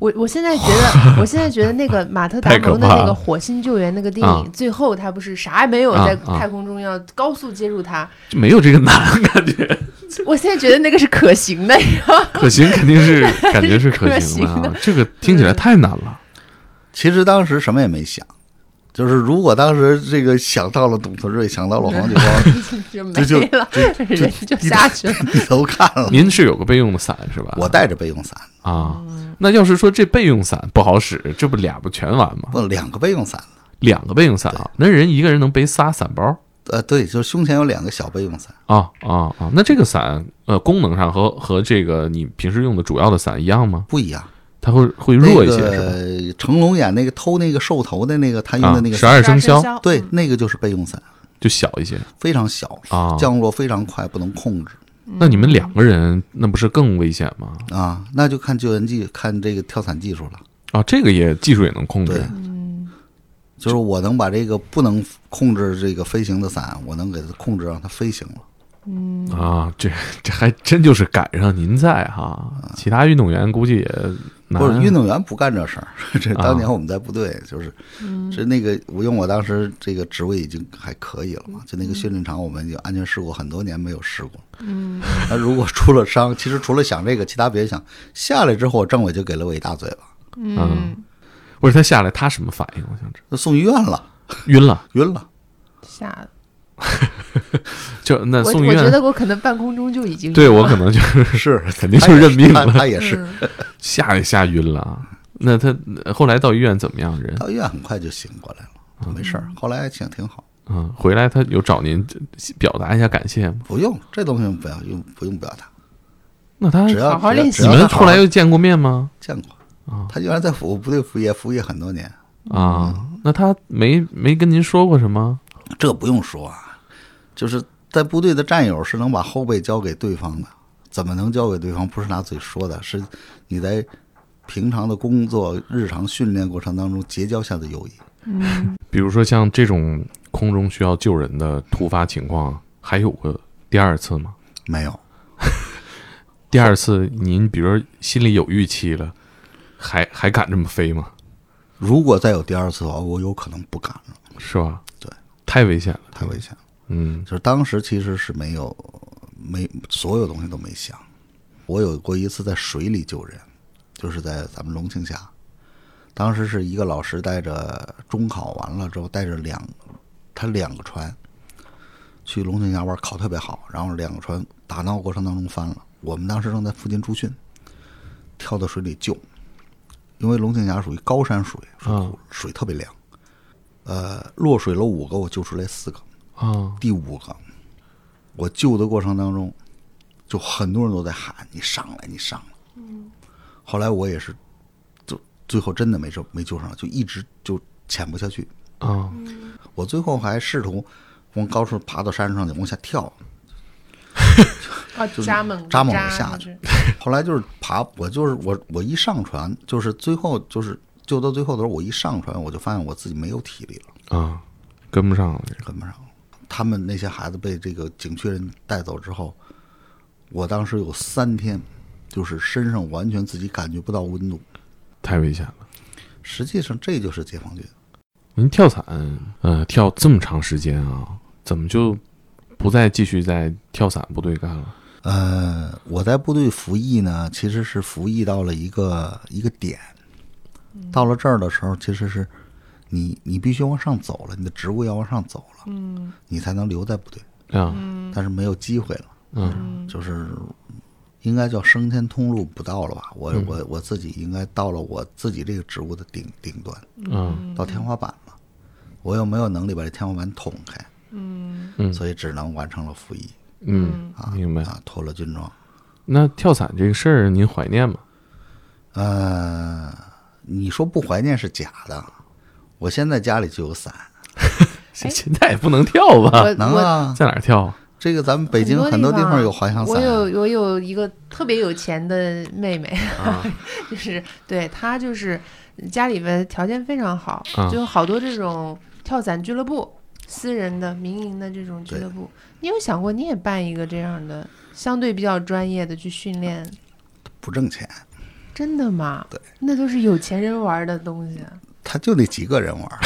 C: 我我现在觉
D: *laughs*
C: 得，我现在觉得那个马特·达
D: 太可
C: 蒙的
D: 怕
C: 那个
D: 了
C: 《火星救援》那个电
D: 啊
C: 影，最后他不是啥也没有，
D: 啊
C: 在
D: 啊
C: 太空中要高速接住他。
D: 就没有这个难，
B: *laughs*
D: 感觉
C: 我现在觉得那个是可行的，
D: 可行肯定
B: *laughs*
D: 是感觉是可行的
C: 可
D: 啊。这个听
B: 嗯
D: 起来太难了。
B: 其实当时什么也没想，就是如果当时这个想到了董存瑞，想到了黄继光， *laughs*
C: 就没
B: 这就
C: 了，人就下去了。
B: 低头看了。
D: 您是有个备用的伞是吧？
B: 我带着备用伞，
D: 啊，那要是说这备用伞不好使，这不俩不全完吗？
B: 不两个备用伞了。
D: 两个备用伞啊，那人一个人能背仨伞包
B: 呃，对，就是胸前有两个小备用伞，
D: 啊啊啊！那这个伞呃，功能上和和这个你平时用的主要的伞一样吗？
B: 不一样。
D: 它会会弱
B: 那
D: 一些是吧？
B: 个成龙演那个偷那个兽头的那个，他用
D: 啊
B: 的那，个
D: 十
B: 伞，
D: 二生肖
C: 肖
B: 对，那个就是备用伞，
D: 就小一些
B: 非常小，
D: 啊。
B: 降落非常快，不能控制
D: 那你们两个人那不是更危险吗？
B: 啊。那就看救援技，看这个跳伞技术了。
D: 啊，这个也技术也能控制
B: 对，就是我能把这个不能控制这个飞行的伞，我能给它控制让它飞行了。
D: 啊，这这还真就是赶上您在哈、其他运动员估计也难
B: 啊不是运动员不干这
D: *laughs*
B: 事儿，这
D: 啊
B: 当年我们在部队就是，
C: 嗯
B: 这那个我用我当时这个职位已经还可以了
C: 嗯
B: 嘛，就那个训练场我们就安全事故很多年没有事故。嗯，那如果出了伤， *laughs* 其实除了想这个，其他别想。下来之后，政委就给了我一大嘴巴，
D: 嗯，不是他下来他什么反应？我想知
B: 就送医院了，
D: 道，晕了
B: 晕了。
C: 吓得
D: 就那
C: 我
D: 送医
C: 我
D: *laughs*
C: 觉
D: 院。
C: 得我可能半空中就已经嗯
D: 对我可能就是 *laughs* 肯定就认命
B: 他
D: 了，
B: 他也是
D: *laughs* 吓也吓晕了。啊那他后来到医院怎么样？人
B: 到医院很快就醒过来了，没事儿。后来挺挺好，
D: 嗯，回来他有找您表达一下感谢吗？
B: 不用这东西不要用不用表达，
D: 那他
B: 只要
C: 嗯好好
B: 只要
C: 练
B: 只
C: 习
D: 你
B: 要
D: 们
B: 他
D: 后
B: 好
D: 来
B: 好
D: 又啊见过面吗？
B: 见过。他原来在服务部队服役，服役很多年，
D: 啊，那他没没跟您说过什么？
B: 这不用说啊，就是在部队的战友是能把后背交给对方的，怎么能交给对方？不是拿嘴说的，是你在平常的工作、日常训练过程当中结交下的友谊。
D: 比如说像这种空中需要救人的突发情况，还有过第二次吗？
B: 没有，
D: 第二次您比如说心里有预期了，还还敢这么飞吗？
B: 如果再有第二次的话，我有可能不敢了，
D: 是吧？
B: 对，
D: 太危险了，
B: 太危险了。
D: 嗯
B: 就是当时其实是没有，没所有东西都没想。我有过一次在水里救人，就是在咱们龙庆峡，当时是一个老师带着中考完了之后，带着两他两个船去龙庆峡玩，考特别好，然后两个船打闹过程当中翻了，我们当时正在附近驻训，跳到水里救，因为龙庆峡属于高山水，水库水特别凉，呃，落水了五个，我救出来四个。
D: 啊
B: 第五个，我救的过程当中，就很多人都在喊你上来，你上来。后来我也是，就最后真的没救没救上来，就一直就潜不下去。
D: 啊，
B: 我最后还试图往高处爬到山上去往下跳，
C: 啊扎猛
B: 扎猛
C: 扎
B: 下
C: 去，
B: 后来就是爬，我就是我我一上船，就是最后就是救到最后的时候，我一上船我就发现我自己没有体力了，
D: 啊，跟不上了。
B: 跟不上了。他们那些孩子被这个景区人带走之后，我当时有三天，就是身上完全自己感觉不到温度。
D: 太危险了。
B: 实际上这就是解放军，
D: 您跳伞，呃，跳这么长时间啊，怎么就不再继续在跳伞部队干了？
B: 呃，我在部队服役呢，其实是服役到了一个一个点，到了这儿的时候，其实是你你必须往上走了，你的职务要往上走了，嗯，你才能留在部队，
D: 啊，
B: 但是没有机会了，
D: 嗯，
B: 就是应该叫升天通路不到了吧？我
D: 嗯
B: 我我自己应该到了我自己这个职务的顶顶端，
D: 嗯，
B: 到天花板了，我又没有能力把这天花板捅开，
D: 嗯
B: 所以只能完成了服役
D: 嗯，明白。
B: 啊，脱了军装。
D: 那跳伞这个事儿，您怀念吗？
B: 呃，你说不怀念是假的，我现在家里就有伞，
D: 现现在也不能跳吧？
C: 呃我
B: 能
C: 我
B: 啊。
D: 在哪儿跳啊？
B: 这个咱们北京
C: 很多
B: 很多地
C: 地
B: 方
C: 方
B: 有滑翔
C: 我
B: 伞，
C: 有我
D: 啊
C: *laughs* 有一个特别有钱的妹妹，就是对她就是家里边条件非常好，
D: 啊
C: 就有好多这种跳伞俱乐部，私人的、民营的这种俱乐部。你有想过你也办一个这样的，相对比较专业的去训练？
B: 不挣钱，
C: 真的吗？
B: 对，
C: 那都是有钱人玩的东西。啊
B: 他就那几个人玩儿，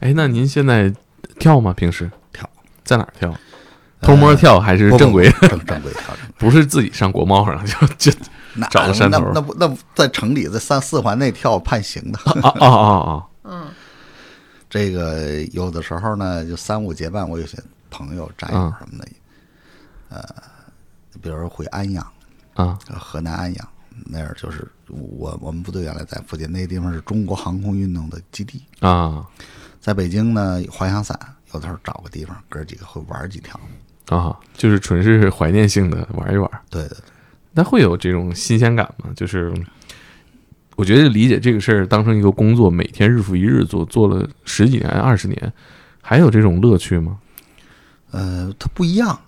D: 哎，那您现在跳吗？平时
B: 跳，
D: 在哪儿跳？偷摸跳还是
B: 呃不不
D: 正规？
B: 不正正规跳正规。
D: *laughs* 不是自己上国贸上就就
B: 那啊
D: 找个山头
B: 那那不那不在城里在三四环内跳判刑的。 *laughs*
D: 啊啊啊啊！
C: 嗯，
B: 这个有的时候呢，就三五结伴，我有些朋友战友
D: 嗯
B: 什么的，呃，比如说回安阳，
D: 啊，
B: 呃河南安阳那儿，就是我我们部队原来在附近，那个地方是中国航空运动的基地。
D: 啊
B: 在北京呢，滑翔伞有的时候找个地方，哥几个会玩几条。
D: 啊，就是纯是怀念性的玩一玩。
B: 对对对，
D: 那会有这种新鲜感吗？就是我觉得理解这个事儿当成一个工作，每天日复一日做，做了十几年、二十年，还有这种乐趣吗？
B: 呃，它不一样。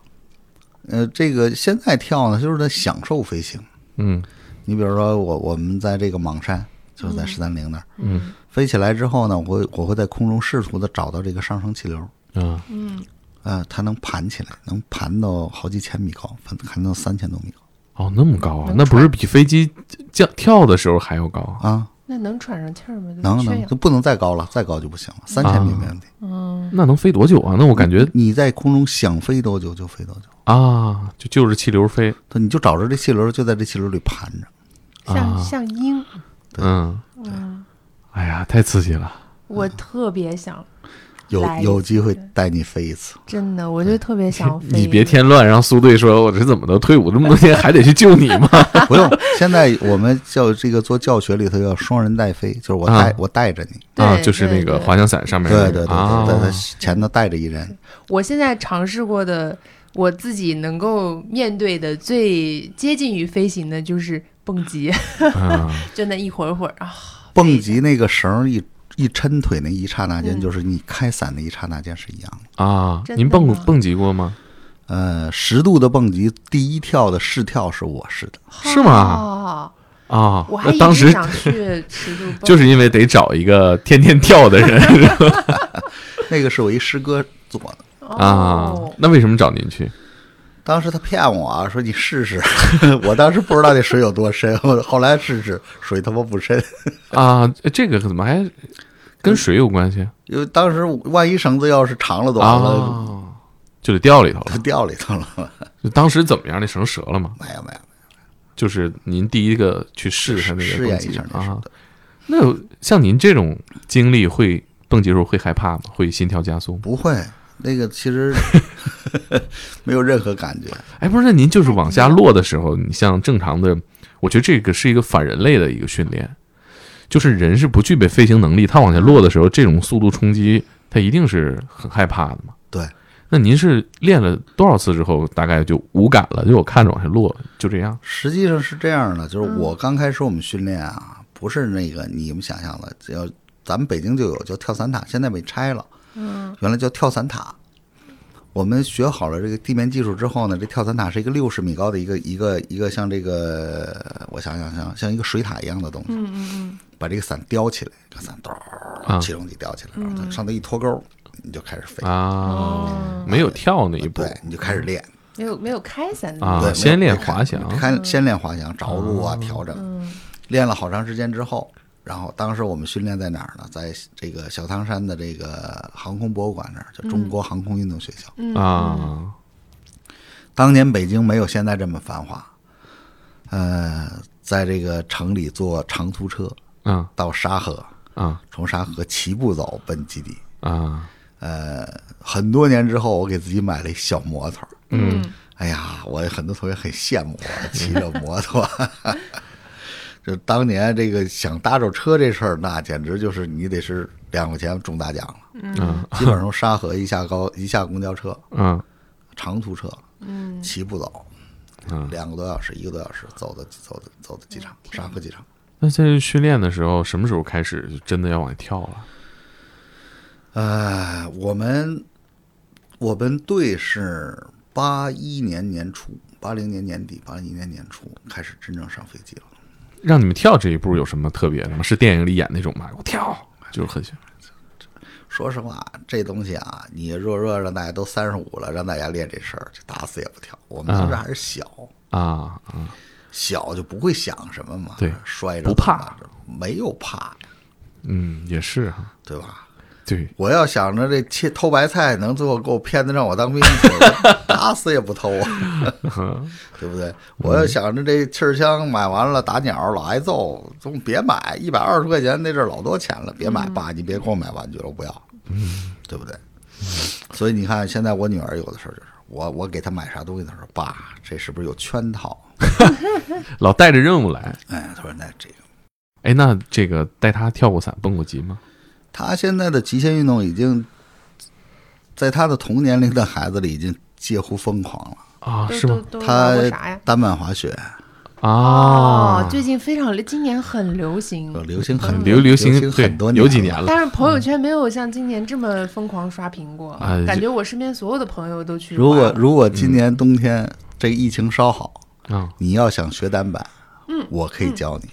B: 呃，这个现在跳呢，就是在享受飞行。
D: 嗯
B: 你比如说我我们在这个莽山，就是在十三陵那儿，
D: 嗯
B: 飞起来之后呢，我会我会在空中试图的找到这个上升气流，
D: 啊
B: 呃，它能盘起来，能盘到好几千米高，盘盘到三千多米高
D: 哦，那么高啊？
C: 能
D: 那不是比飞机降跳的时候还要高啊？
B: 啊，
C: 那能喘上气儿吗？
B: 能
C: 缺
B: 能
C: 氧
B: 就不能再高了，再高就不行了，三千米没问题。
C: 嗯，
D: 那能飞多久啊？那我感觉
B: 你在空中想飞多久就飞多久，
C: 嗯
D: 啊，就就是气流飞，
B: 它你就找着这气流，就在这气流里盘着。
C: 像、
D: 啊
C: 像鹰，
D: 嗯，
C: 嗯，
D: 哎呀，太刺激了，
C: 我特别想，
B: 有
C: 来一
B: 有机会
C: 次
B: 带你飞一次，
C: 真的，我就特别想飞。
D: 你别添乱，让苏队说我这怎么都退伍这么多年还得去救你吗？
B: 不
C: *laughs*
B: 用。现在我们教这个做教学里头叫双人带飞，就是我带、
D: 啊
B: 我带着你，
C: 对
D: 啊，就是那
C: 对
D: 个
C: 对
D: 滑翔伞上面
B: 对
D: 那
B: 对对
D: 个，
B: 对，
D: 啊
B: 在他前头带着一人，
C: 我现在尝试过的，我自己能够面对的最接近于飞行的就是蹦极， *laughs*
D: 啊
C: 就那一会儿会儿啊，
B: 蹦极那个绳儿一一抻腿那一刹那间，
C: 嗯
B: 就是你开伞那一刹那间是一样的。
D: 啊！
C: 真的
D: 您蹦
C: 吗
D: 蹦极过吗？
B: 呃，十度的蹦极，第一跳的试跳是我试的，
D: 是吗？
C: 哦
D: 啊
C: 我还，一
D: 当
C: 直
D: 时
C: 想去
D: *laughs*
C: 尺度蹦，
D: 就是因为得找一个天天跳的人
B: 那个是我一师哥做的。
D: 啊
C: 哦，。
D: 那为什么找您去？
B: 当时他骗我啊，说你试试， *laughs* 我当时不知道那水有多深， *laughs* 我后来试试，水他妈不深，
D: 啊，这个怎么还跟水有关系
B: 因为当时万一绳子要是长了多完了，
D: 啊？就得掉里头
B: 它
D: 了。
B: 掉里头了。哎
D: 就当时怎么样？那绳折了吗？
B: 没有没有，
D: 就是您第一个去试他那个
B: 试
D: 蹦
B: 验
D: 极
B: 一下那是
D: 啊。
B: 的。
D: 那有像您这种经历会。蹦极时候会害怕吗？会心跳加速吗？
B: 不会，那个其实没有任何感觉。
D: 哎，不是，那您就是往下落的时候，你像正常的，我觉得这个是一个反人类的一个训练，就是人是不具备飞行能力，他往下落的时候，这种速度冲击，他一定是很害怕的嘛。
B: 对。
D: 那您是练了多少次之后，大概就无感了，就我看着往下落，就这样
B: 实际上是这样的，就是
C: 嗯
B: 我刚开始我们训练啊，不是那个你们想象的，只要咱们北京就有叫跳伞塔，现在被拆了，
C: 嗯，
B: 原来叫跳伞塔。我们学好了这个地面技术之后呢，这跳伞塔是一个六十米高的一个一个一个像这个，我想想像像一个水塔一样的东西，嗯嗯嗯，把这个伞吊起来，这个伞哆
D: 啊
B: 儿起重机吊起来，然后它上头一脱钩，你就开始飞，
D: 啊，没有跳那一步
B: 对，你就开始练，
C: 没有没有开伞的
D: 啊
B: 对，
D: 先
B: 没有
D: 练滑翔哦
B: 看先练滑翔着陆啊，调整，练了好长时间之后，然后当时我们训练在哪儿呢？在这个小汤山的这个航空博物馆那儿，叫中国航空运动学校。
D: 啊
B: 当年北京没有现在这么繁华，呃，在这个城里坐长途车
D: 啊
B: 到沙河，
D: 啊
B: 从沙河齐步走奔基地。
D: 啊！
B: 呃，很多年之后，我给自己买了一小摩托。
D: 嗯，
B: 哎呀，我有很多同学很羡慕我骑着摩托。 *laughs* 就当年这个想搭着车这事儿，那简直就是你得是两块钱中大奖了。
D: 嗯
B: 基本上从沙河一下高一下公交车，
D: 嗯
B: 长途车，嗯，齐步走，
D: 嗯
B: 两个多小时，一个多小时，走的走的走的机场，沙河机场。
D: 那在训练的时候，什么时候开始就真的要往下跳了？
B: 呃，我们我们队是八一年年初，八零年年底，八一年年初开始真正上飞机了。
D: 让你们跳这一步有什么特别的吗？是电影里演那种吗？我跳就是很像
B: 说实话，这东西啊，你弱弱让大家都三十五了，让大家练这事儿，就打死也不跳。我们当时还是小，
D: 啊啊，
B: 小就不会想什么嘛，
D: 对
B: 摔着
D: 不怕
B: 怎么着，没有怕，
D: 嗯，也是哈，
B: 对吧？
D: 对，
B: 我要想着这切偷白菜能最后给我骗的让我当兵去，我打死也不偷啊，对不对？我要想着这气儿枪买完了打鸟老挨揍，总别买，一百二十块钱那阵儿老多钱了，别买，爸，你别给我买玩具了，我不要，对不对？所以你看，现在我女儿有的事儿就是，我我给她买啥东西，她说爸，这是不是有圈套？
D: 老带着任务来。
B: 哎，她说那这个。
D: 哎，那这个带他跳过伞、蹦过极吗？
B: 他现在的极限运动已经在他的同年龄的孩子里已经介乎疯狂了。
D: 啊，
C: 都
D: 是吗？
C: 都都
B: 他
C: 玩过啥呀？
B: 单板滑雪
D: 啊
C: 哦，，最近非常，今年很流行，
B: 呃流行很
C: 嗯
D: 流流
B: 行
D: 行对
B: 很多
D: 有几年
B: 了，
D: 了
C: 但是朋友圈没有像今年这么疯狂刷屏过，
D: 嗯哎
C: 感
D: 就
C: 觉我身边所有的朋友都去玩
B: 如
C: 了。
B: 果如
D: 嗯
B: 果今年冬天这疫情稍好，
D: 啊，
B: 你要想学单板，嗯，我可以教你。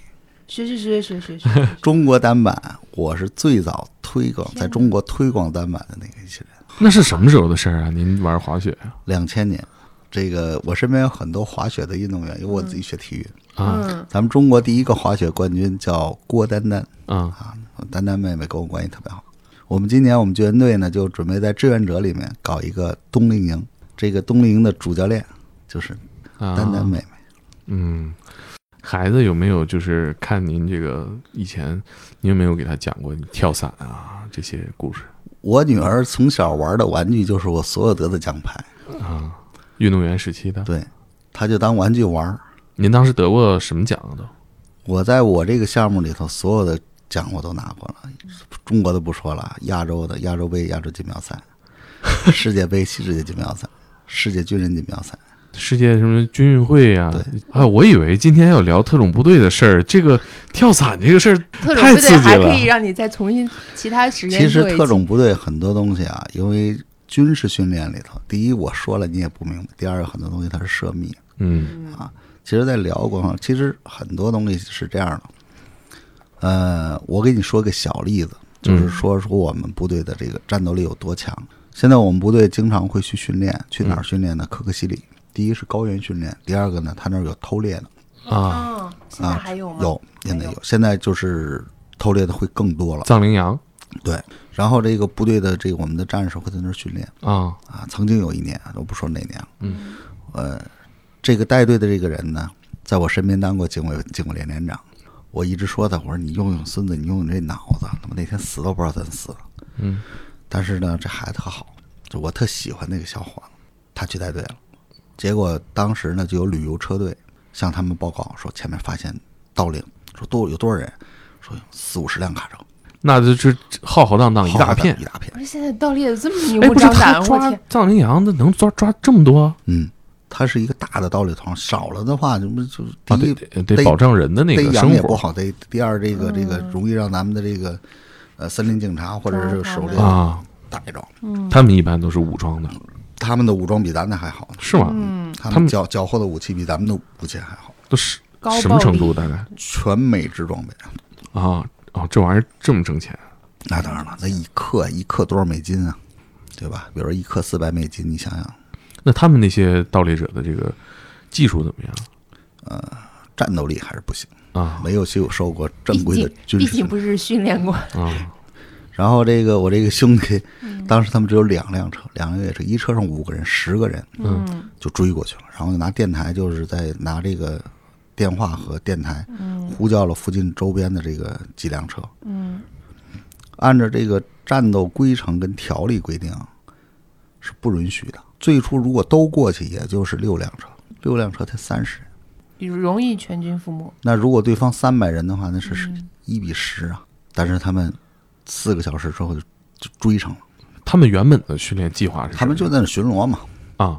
C: 学学学
D: *laughs*
C: 学学学学，
B: 中国单板，我是最早推广在中国推广单板的那个一些人。
D: 那是什么时候的事儿啊？您玩滑雪啊？
B: 两千年，这个我身边有很多滑雪的运动员，有我自己学体育。
D: 啊
C: 嗯，
B: 咱们中国第一个滑雪冠军叫郭丹丹，
D: 啊
B: 啊，我丹丹妹妹跟我关系特别好。我们今年我们救援队呢，就准备在志愿者里面搞一个冬令营。这个冬令营的主教练就是
D: 啊！
B: 丹丹妹妹。
D: 嗯，孩子有没有就是看您这个以前，您有没有给他讲过你跳伞啊这些故事
B: 我女儿从小玩的玩具就是我所有得的奖牌，
D: 啊？运动员时期的，
B: 对，她就当玩具玩儿。
D: 您当时得过什么奖啊？都
B: 我在我这个项目里头，所有的奖我都拿过了，中国的不说了，亚洲的亚洲杯、亚洲锦标赛、世界杯、西世界锦标赛、世界军人锦标赛。
D: 世界什么军运会啊？啊，我以为今天要聊特种部队的事儿，这个跳伞这个事儿
C: 特种
D: 太
C: 部
D: 刺激
C: 队还可
D: 了
C: 以让你再重新其他时间
B: 其实
C: 做一
B: 特
C: 次
B: 种部队很多东西啊，因为军事训练里头，第一我说了你也不明白，第二有很多东西它是涉密。
D: 嗯
B: 其实，在辽国上，其实很多东西是这样的。呃，我给你说个小例子，就
C: 嗯
B: 是说说我们部队的这个战斗力有多强。现在我们部队经常会去训练，去哪儿训
C: 嗯
B: 练呢？可可西里，第一是高原训练，第二个呢，他那儿有偷猎的，
D: 啊，
C: 啊，现在还有吗？
B: 有现在
C: 还有
B: 有，现在就是偷猎的会更多了。
D: 藏羚羊
B: 对，然后这个部队的这个我们的战士会在那儿训练。
D: 啊，
B: 啊，曾经有一年，我不说哪年了，嗯，呃，这个带队的这个人呢，在我身边当过警卫警卫连连长，我一直说他，我说你用用孙子，你用用这脑子，他妈那天死都不知道怎么死了，
D: 嗯，
B: 但是呢，这孩子特好，就我特喜欢那个小伙子，他去带队了，结果当时呢，就有旅游车队向他们报告说，前面发现盗领，说多有多少人，说有四五十辆卡车，
D: 那就是浩浩荡啊荡一
B: 浩浩
D: 大
B: 荡
D: 片
B: 一。大片
C: 而，且现在盗猎的这么明
D: 哎，
C: 目
D: 不是
C: 张
D: 他
C: 胆，我
D: 抓
C: 天，
D: 藏羚羊，那能抓抓这么多？
B: 嗯。它是一个大的道理头，少了的话，就不就
D: 啊，
B: 第一
D: 得得得保障人的那
B: 逮
D: 个
B: 羊
D: 生
B: 也不
D: 活
B: 好逮。第二，这
C: 嗯
B: 个这个容易让咱们的这个呃森林警察或者是狩猎
D: 啊。
B: 逮着。
D: 他们一般都是武装的，
B: 他们的武装比咱的还好，
D: 是吗？
C: 嗯
B: 他
D: 他
B: 们
D: 们
B: 缴缴获的武器比咱们的武器还好，
D: 都是
C: 高
D: 什么
C: 暴
D: 程
C: 力
D: 度大概
B: 全美制装备。
D: 啊？哦，这玩意儿这么挣钱？
B: 那当然了，那一克一克多少美金啊？对吧？比如说一克四百美金，你想想，
D: 那他们那些盗猎者的这个技术怎么样
B: 战斗力还是不行，
D: 啊？
B: 没有受受过正规的
C: 毕竟
B: 军
C: 毕
B: 事
C: 竟。不是训练过，
D: 啊
B: 然后这个我这个兄弟，当时他们只有两辆车，两辆越野车，一车上五个人，十个人，
C: 嗯，
B: 就追过去了，然后就拿电台，就是在拿这个电话和电台呼叫了附近周边的这个几辆车。嗯，按照这个战斗规程跟条例规定啊是不允许的。最初如果都过去，也就是六辆车，六辆车才三十人。
C: 容易全军覆没。
B: 那如果对方三百人的话，那是一比十啊。但是他们四个小时之后就就追上了，
D: 他们原本的训练计划是什么
B: 他们就在那巡逻嘛。
D: 啊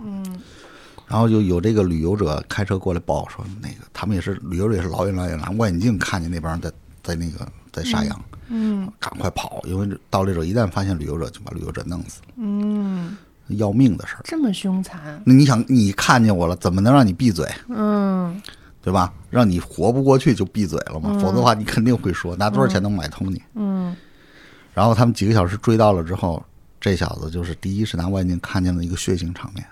B: 然后就有这个旅游者开车过来报说，那个他们也是旅游者也是老远老远拿望远镜看见那帮人在在那个在杀羊，
C: 嗯
B: 赶快跑，因为盗猎者一旦发现旅游者，就把旅游者弄死，
C: 嗯，
B: 要命的事儿。
C: 这么凶残，
B: 那你想，你看见我了，怎么能让你闭嘴，
C: 嗯，
B: 对吧？让你活不过去就闭嘴了嘛，
C: 嗯
B: 否则的话你肯定会说拿多少钱能买通你。
C: 嗯
B: 然后他们几个小时追到了之后，这小子就是第一是拿外镜看见了一个血腥场面，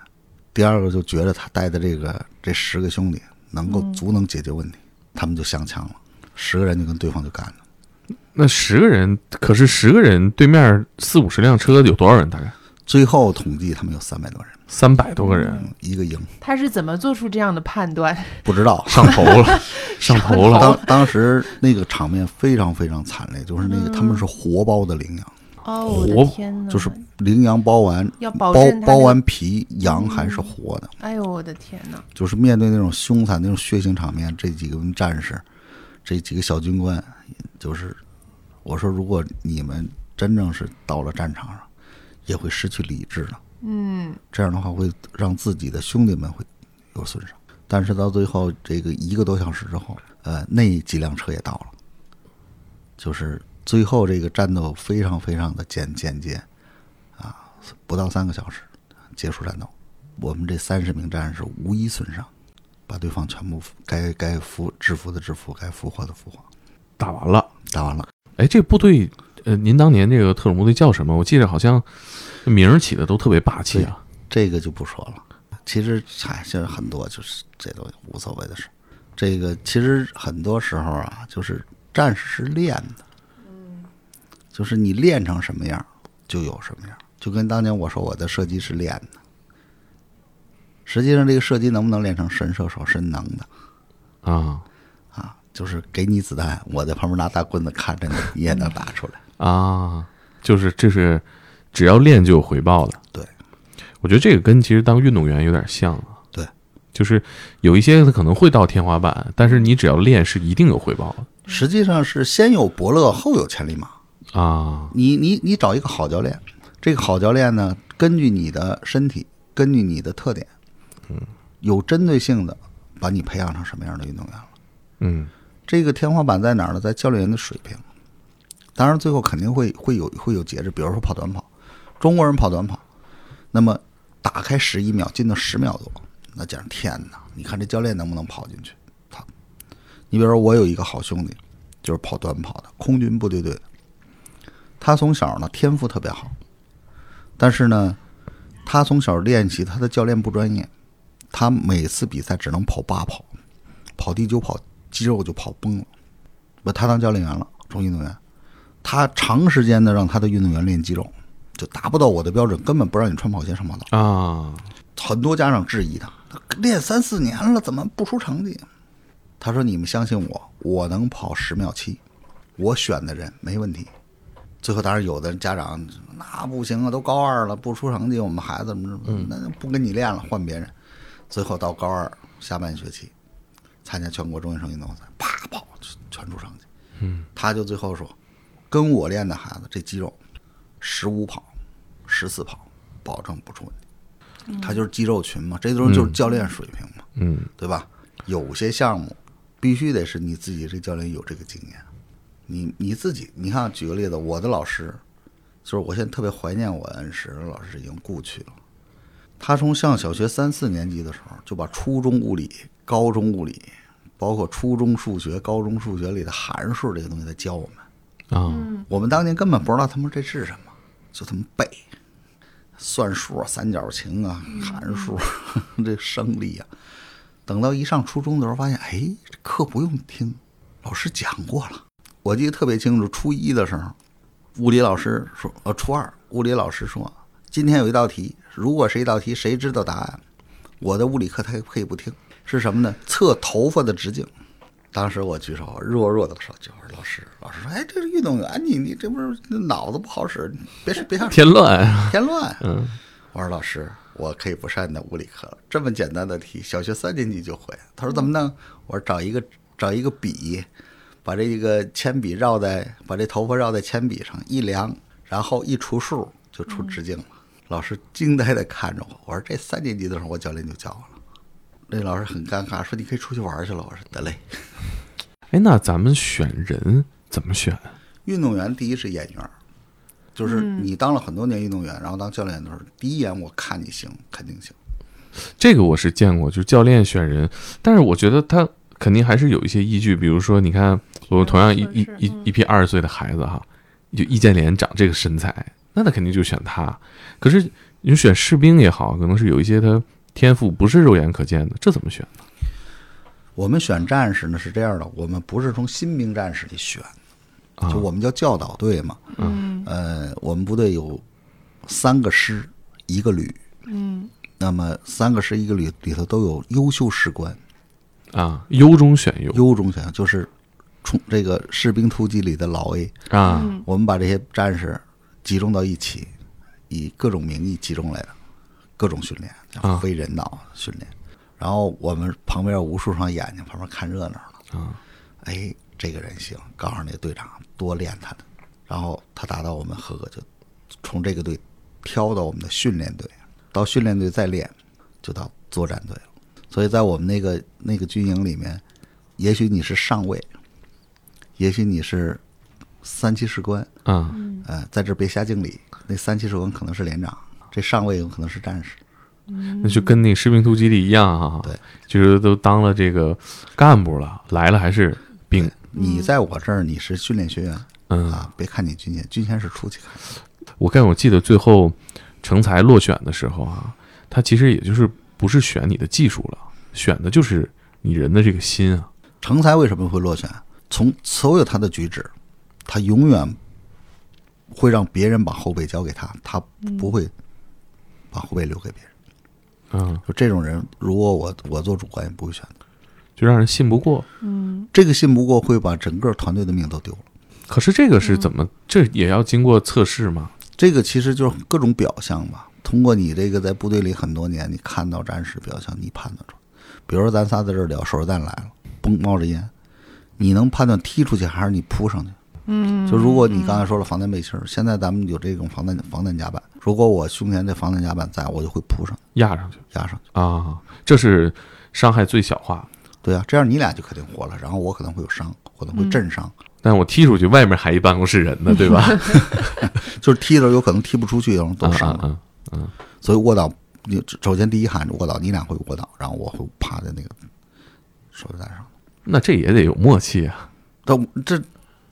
B: 第二个就觉得他带的这个这十个兄弟能
C: 嗯
B: 够足能解决问题，他们就相枪了，十个人就跟对方就干了。
D: 那十个人，可是十个人对面四五十辆车有多少人？大概
B: 最后统计他们有三百多人，
D: 三百多个人，
B: 嗯一个营
C: 他是怎么做出这样的判断？
B: 不知道。
D: 上头
B: *laughs*
D: 了，上头
C: 上头
D: 了
B: 当当时那个场面非常非常惨烈，就是那个他们是活包的羚羊，
C: 哦，
D: 我的
C: 我
D: 活
C: 的天哪！
B: 就是羚羊包完
C: 要
B: 包
C: 嗯保证他
B: 包完皮，羊还是活的。
C: 哎呦，我的天哪！
B: 就是面对那种凶残、那种血腥场面，这几个战士，这几个小军官，就是我说，如果你们真正是到了战场上，也会失去理智的。嗯，这样的话会让自己的兄弟们会有损伤。但是到最后这个一个多小时之后，呃，那几辆车也到了，就是最后这个战斗非常非常的简简洁，啊，不到三个小时结束战斗。我们这三十名战士无一损伤，把对方全部该该俘制服的制服，该俘获的俘获，
D: 打完了。
B: 打完了。
D: 哎，这部队，呃，您当年这个特种部队叫什么？我记得好像名儿起的都特别霸气啊。
B: 这个就不说了。其实，嗨，其实很多就是这都无所谓的事。这个其实很多时候啊，就是战士是练的，就是你练成什么样就有什么样。就跟当年我说我的射击是练的，实际上这个射击能不能练成神射手是能的。
D: 啊
B: 啊，就是给你子弹，我在旁边拿大棍子看着你，你也能打出来。
D: 啊，就是这是只要练就有回报的。
B: 对，
D: 我觉得这个跟其实当运动员有点像啊。
B: 对，
D: 就是有一些他可能会到天花板，但是你只要练是一定有回报
B: 实际上是先有伯乐，后有千里马。
D: 的啊。
B: 你你你找一个好教练，这个好教练呢，根据你的身体，根据你的特点，
D: 嗯
B: 有针对性的把你培养成什么样的运动员了。
D: 嗯，
B: 这个天花板在哪儿呢？在教练员的水平。当然，最后肯定会会有会有节制，比如说跑短跑，中国人跑短跑，那么打开十一秒，进到十秒多，那简直天哪！你看这教练能不能跑进去？他，你比如说我有一个好兄弟，就是跑短跑的，空军部队队的，他从小呢天赋特别好，但是呢，他从小练习，他的教练不专业，他每次比赛只能跑八跑，跑第九跑肌肉就跑崩了。不，他当教练员了，中运动员，他长时间的让他的运动员练肌肉，就达不到我的标准，根本不让你穿跑鞋上跑道。
D: 啊，
B: 很多家长质疑他，练三四年了，怎么不出成绩？他说：“你们相信我，我能跑十秒七，我选的人没问题。”最后，当然有的家长那不行啊，都高二了，不出成绩，我们孩子怎么怎么，那就不跟你练了，换别人。最后到高二下半学期，参加全国中学生运动会赛，啪跑全出成绩。嗯，他就最后说，跟我练的孩子这肌肉，十五跑，十四跑，保证不出问题。他就是肌肉群嘛，这都是就是教练水平嘛，
D: 嗯，
B: 对吧？有些项目必须得是你自己这教练有这个经验，你你自己，你看，举个例子，我的老师，就是我现在特别怀念我恩师老师已经故去了，他从上小学三四年级的时候就把初中物理、高中物理，包括初中数学、高中数学里的函数这个东西在教我们。
D: 啊，
B: 我们当年根本不知道他们这是什么，就他们背，算数、啊、三角形啊、函数、 *laughs* 这生理啊。等到一上初中的时候，发现哎，这课不用听，老师讲过了。我记得特别清楚，初一的时候，物理老师说，呃，初二物理老师说，今天有一道题，如果是一道题谁知道答案，我的物理课他可以不听，是什么呢？测头发的直径。当时我举手，弱弱的说：“就是老师。”老师说：“哎，这是运动员，你你这不是脑子不好使，你别别想
D: 添乱，
B: 添乱。”
D: 嗯，
B: 我说：“老师，我可以不上你的物理课了，这么简单的题，小学三年级就会。”他说：“怎么弄？”我说：“找一个找一个笔，把这一个铅笔绕在，把这头发绕在铅笔上一量，然后一除数就出直径了。老师惊呆的看着我，我说：“这三年级的时候，我教练就教我了。”那老师很尴尬，说：“你可以出去玩去了。”我说：“得嘞。”
D: 哎，那咱们选人怎么选？
B: 运动员第一是眼缘儿，就是你当了很多年运动员，然后当教练的时候，第一眼我看你行，肯定行。
D: 这个我是见过，就是教练选人，但是我觉得他肯定还是有一些依据。比如说，你看我们同样一
C: 是
D: 一一
C: 嗯
D: 一批二十岁的孩子哈，就易建联长这个身材，那他肯定就选他。可是你选士兵也好，可能是有一些他天赋不是肉眼可见的，这怎么选？
B: 我们选战士呢是这样的，我们不是从新兵战士里选，
D: 啊
B: 就我们叫教导队嘛。
C: 嗯
B: 呃，我们部队有三个师一个旅，
C: 嗯，
B: 那么三个师一个旅里头都有优秀士官，
D: 啊，优中选优
B: 优中选优就是冲这个士兵突击里的老 A。
D: 啊，
B: 嗯我们把这些战士集中到一起，以各种名义集中来的，各种训练，
D: 啊
B: 非人道训练。然后我们旁边有无数双眼睛，旁边看热闹的。
D: 啊，
B: 哎，这个人行，告诉那队长多练他的，然后他达到我们合格，就从这个队挑到我们的训练队，到训练队再练，就到作战队了。所以在我们那个那个军营里面，也许你是上尉，也许你是三七士官，
D: 啊
B: 呃，在这儿别瞎敬礼。那三七士官可能是连长，这上尉有可能是战士。
D: 那就跟那个《士兵突击》里一样哈、
B: 对，
D: 就是都当了这个干部了，来了还是兵，
B: 你在我这儿你是训练学员
D: 嗯，
B: 啊，别看你军衔，军衔是出去看的。
D: 我看我记得最后成才落选的时候啊，他其实也就是不是选你的技术了，选的就是你人的这个心啊。
B: 成才为什么会落选？从所有他的举止，他永远会让别人把后背交给他，他不会把后背留给别人。
D: 嗯，
B: 就这种人，如果我我做主管，也不会选的。
D: 就让人信不过。
B: 这个信不过，会把整个团队的命都丢了。
D: 可是这个
B: 嗯
D: 是怎么？这也要经过测试吗？
B: 这个其实就是各种表象吧。通过你这个在部队里很多年，你看到战士表象，你判断出来。比如说咱仨在这儿聊，手榴弹来了，嘣冒着烟，你能判断踢出去还是你扑上去？嗯，就如果你刚才说了防弹背心儿，现在咱们有这种防弹防弹甲板，如果我胸前这防弹甲板在，我就会扑上
D: 压上去
B: 压上去。
D: 啊，这是伤害最小化。
B: 对啊，这样你俩就肯定活了，然后我可能会有伤，可能会震伤，
D: 但我踢出去，外面还一办公室人呢，对吧？
B: 就是踢的时候有可能踢不出去，然后
D: 啊
B: *laughs* 都伤
D: 啊
B: 了。
D: 啊！
B: 所以卧倒，你首先第一喊卧倒，你俩会卧倒，然后我会趴在那个手榴弹上。
D: 那这也得有默契啊。
B: 但这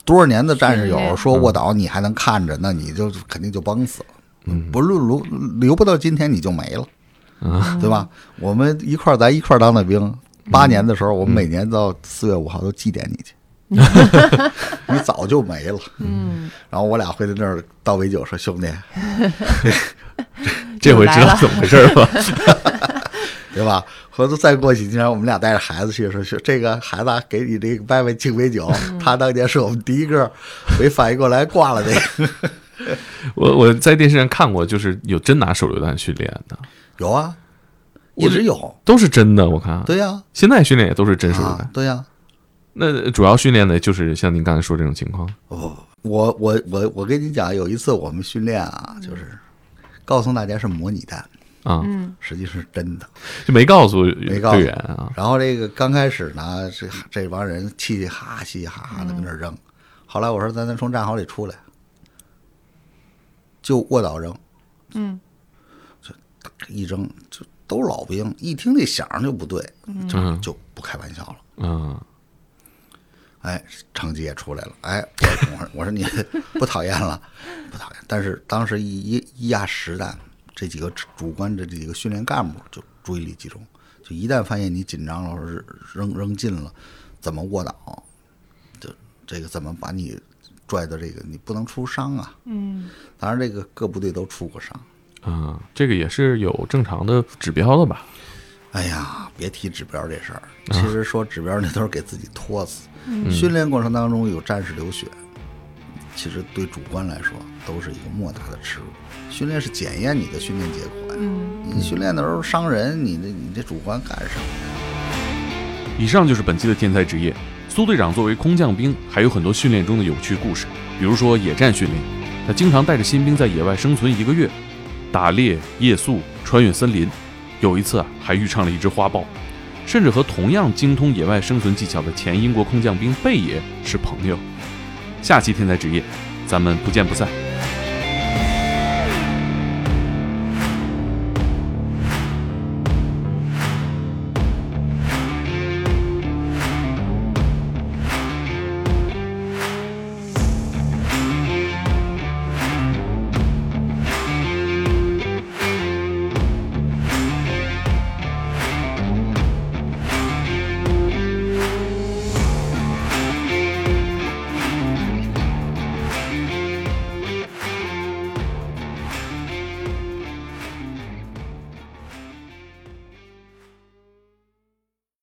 B: 多少年的战士
C: 训
B: 友
C: 练
B: 说卧倒，你还能看着，那你就肯定就崩死了。不论留留不到今天，你就没了，对吧？我们一块儿咱一块儿当的兵，八年的时候，我们每年到四月五号都祭奠你去， *laughs* 你早就没了。
C: 嗯，
B: 然后我俩会在那儿倒杯酒，说兄弟，
D: 这回知道
C: 又来了
D: 怎么回事儿了吧？
B: *laughs* 对吧？回头再过几天，我们俩带着孩子去，说是这个孩子啊给你这个伯伯敬杯酒，
C: 嗯
B: 他当年是我们第一个没反应过来挂了的。
D: 我我在电视上看过，就是有真拿手榴弹训练的，
B: *laughs* 有啊，一直有。
D: 都是真的。我看
B: 对呀、
D: 现在训练也都是真
B: 啊，
D: 手榴弹。
B: 对呀、
D: 那主要训练的就是像您刚才说这种情况，
B: 哦我我我我跟你讲，有一次我们训练啊，就是告诉大家是模拟弹，
D: 啊，
B: 实际是真的。
D: 就没告诉
B: 没告诉
D: 队员啊，
B: 然后这个刚开始呢，这这帮人气气哈哈、嘻嘻哈哈的跟那儿扔。后来我说咱咱从战壕里出来，就卧倒扔。
C: 嗯，
B: 这一扔就都老兵，一听这响儿就不对，
D: 嗯
B: 就不开玩笑了。
D: 嗯
B: 哎，成绩也出来了。哎，我我说我说你 *laughs* 不讨厌了，不讨厌。但是当时一一一压实弹，这几个主官这几个训练干部就注意力集中，就一旦发现你紧张了，或者是扔扔近了，怎么卧倒，就这个怎么把你拽到这个，你不能出伤啊。
C: 嗯，
B: 当然，这个各部队都出过伤。
D: 啊，这个也是有正常的指标的吧？
B: 哎呀，别提指标这事儿。其实说指标那都是给自己托死。训练过程当中有战士流血，其实对主观来说都是一个莫大的耻辱。训练是检验你的训练结果呀。你训练的时候伤人，你这你这主观干什么？
A: 以上就是本期的天才职业。苏队长作为空降兵，还有很多训练中的有趣故事，比如说野战训练，他经常带着新兵在野外生存一个月，打猎、夜宿、穿越森林，有一次啊还遇上了一只花豹，甚至和同样精通野外生存技巧的前英国空降兵贝爷是朋友。下期天才职业，咱们不见不散。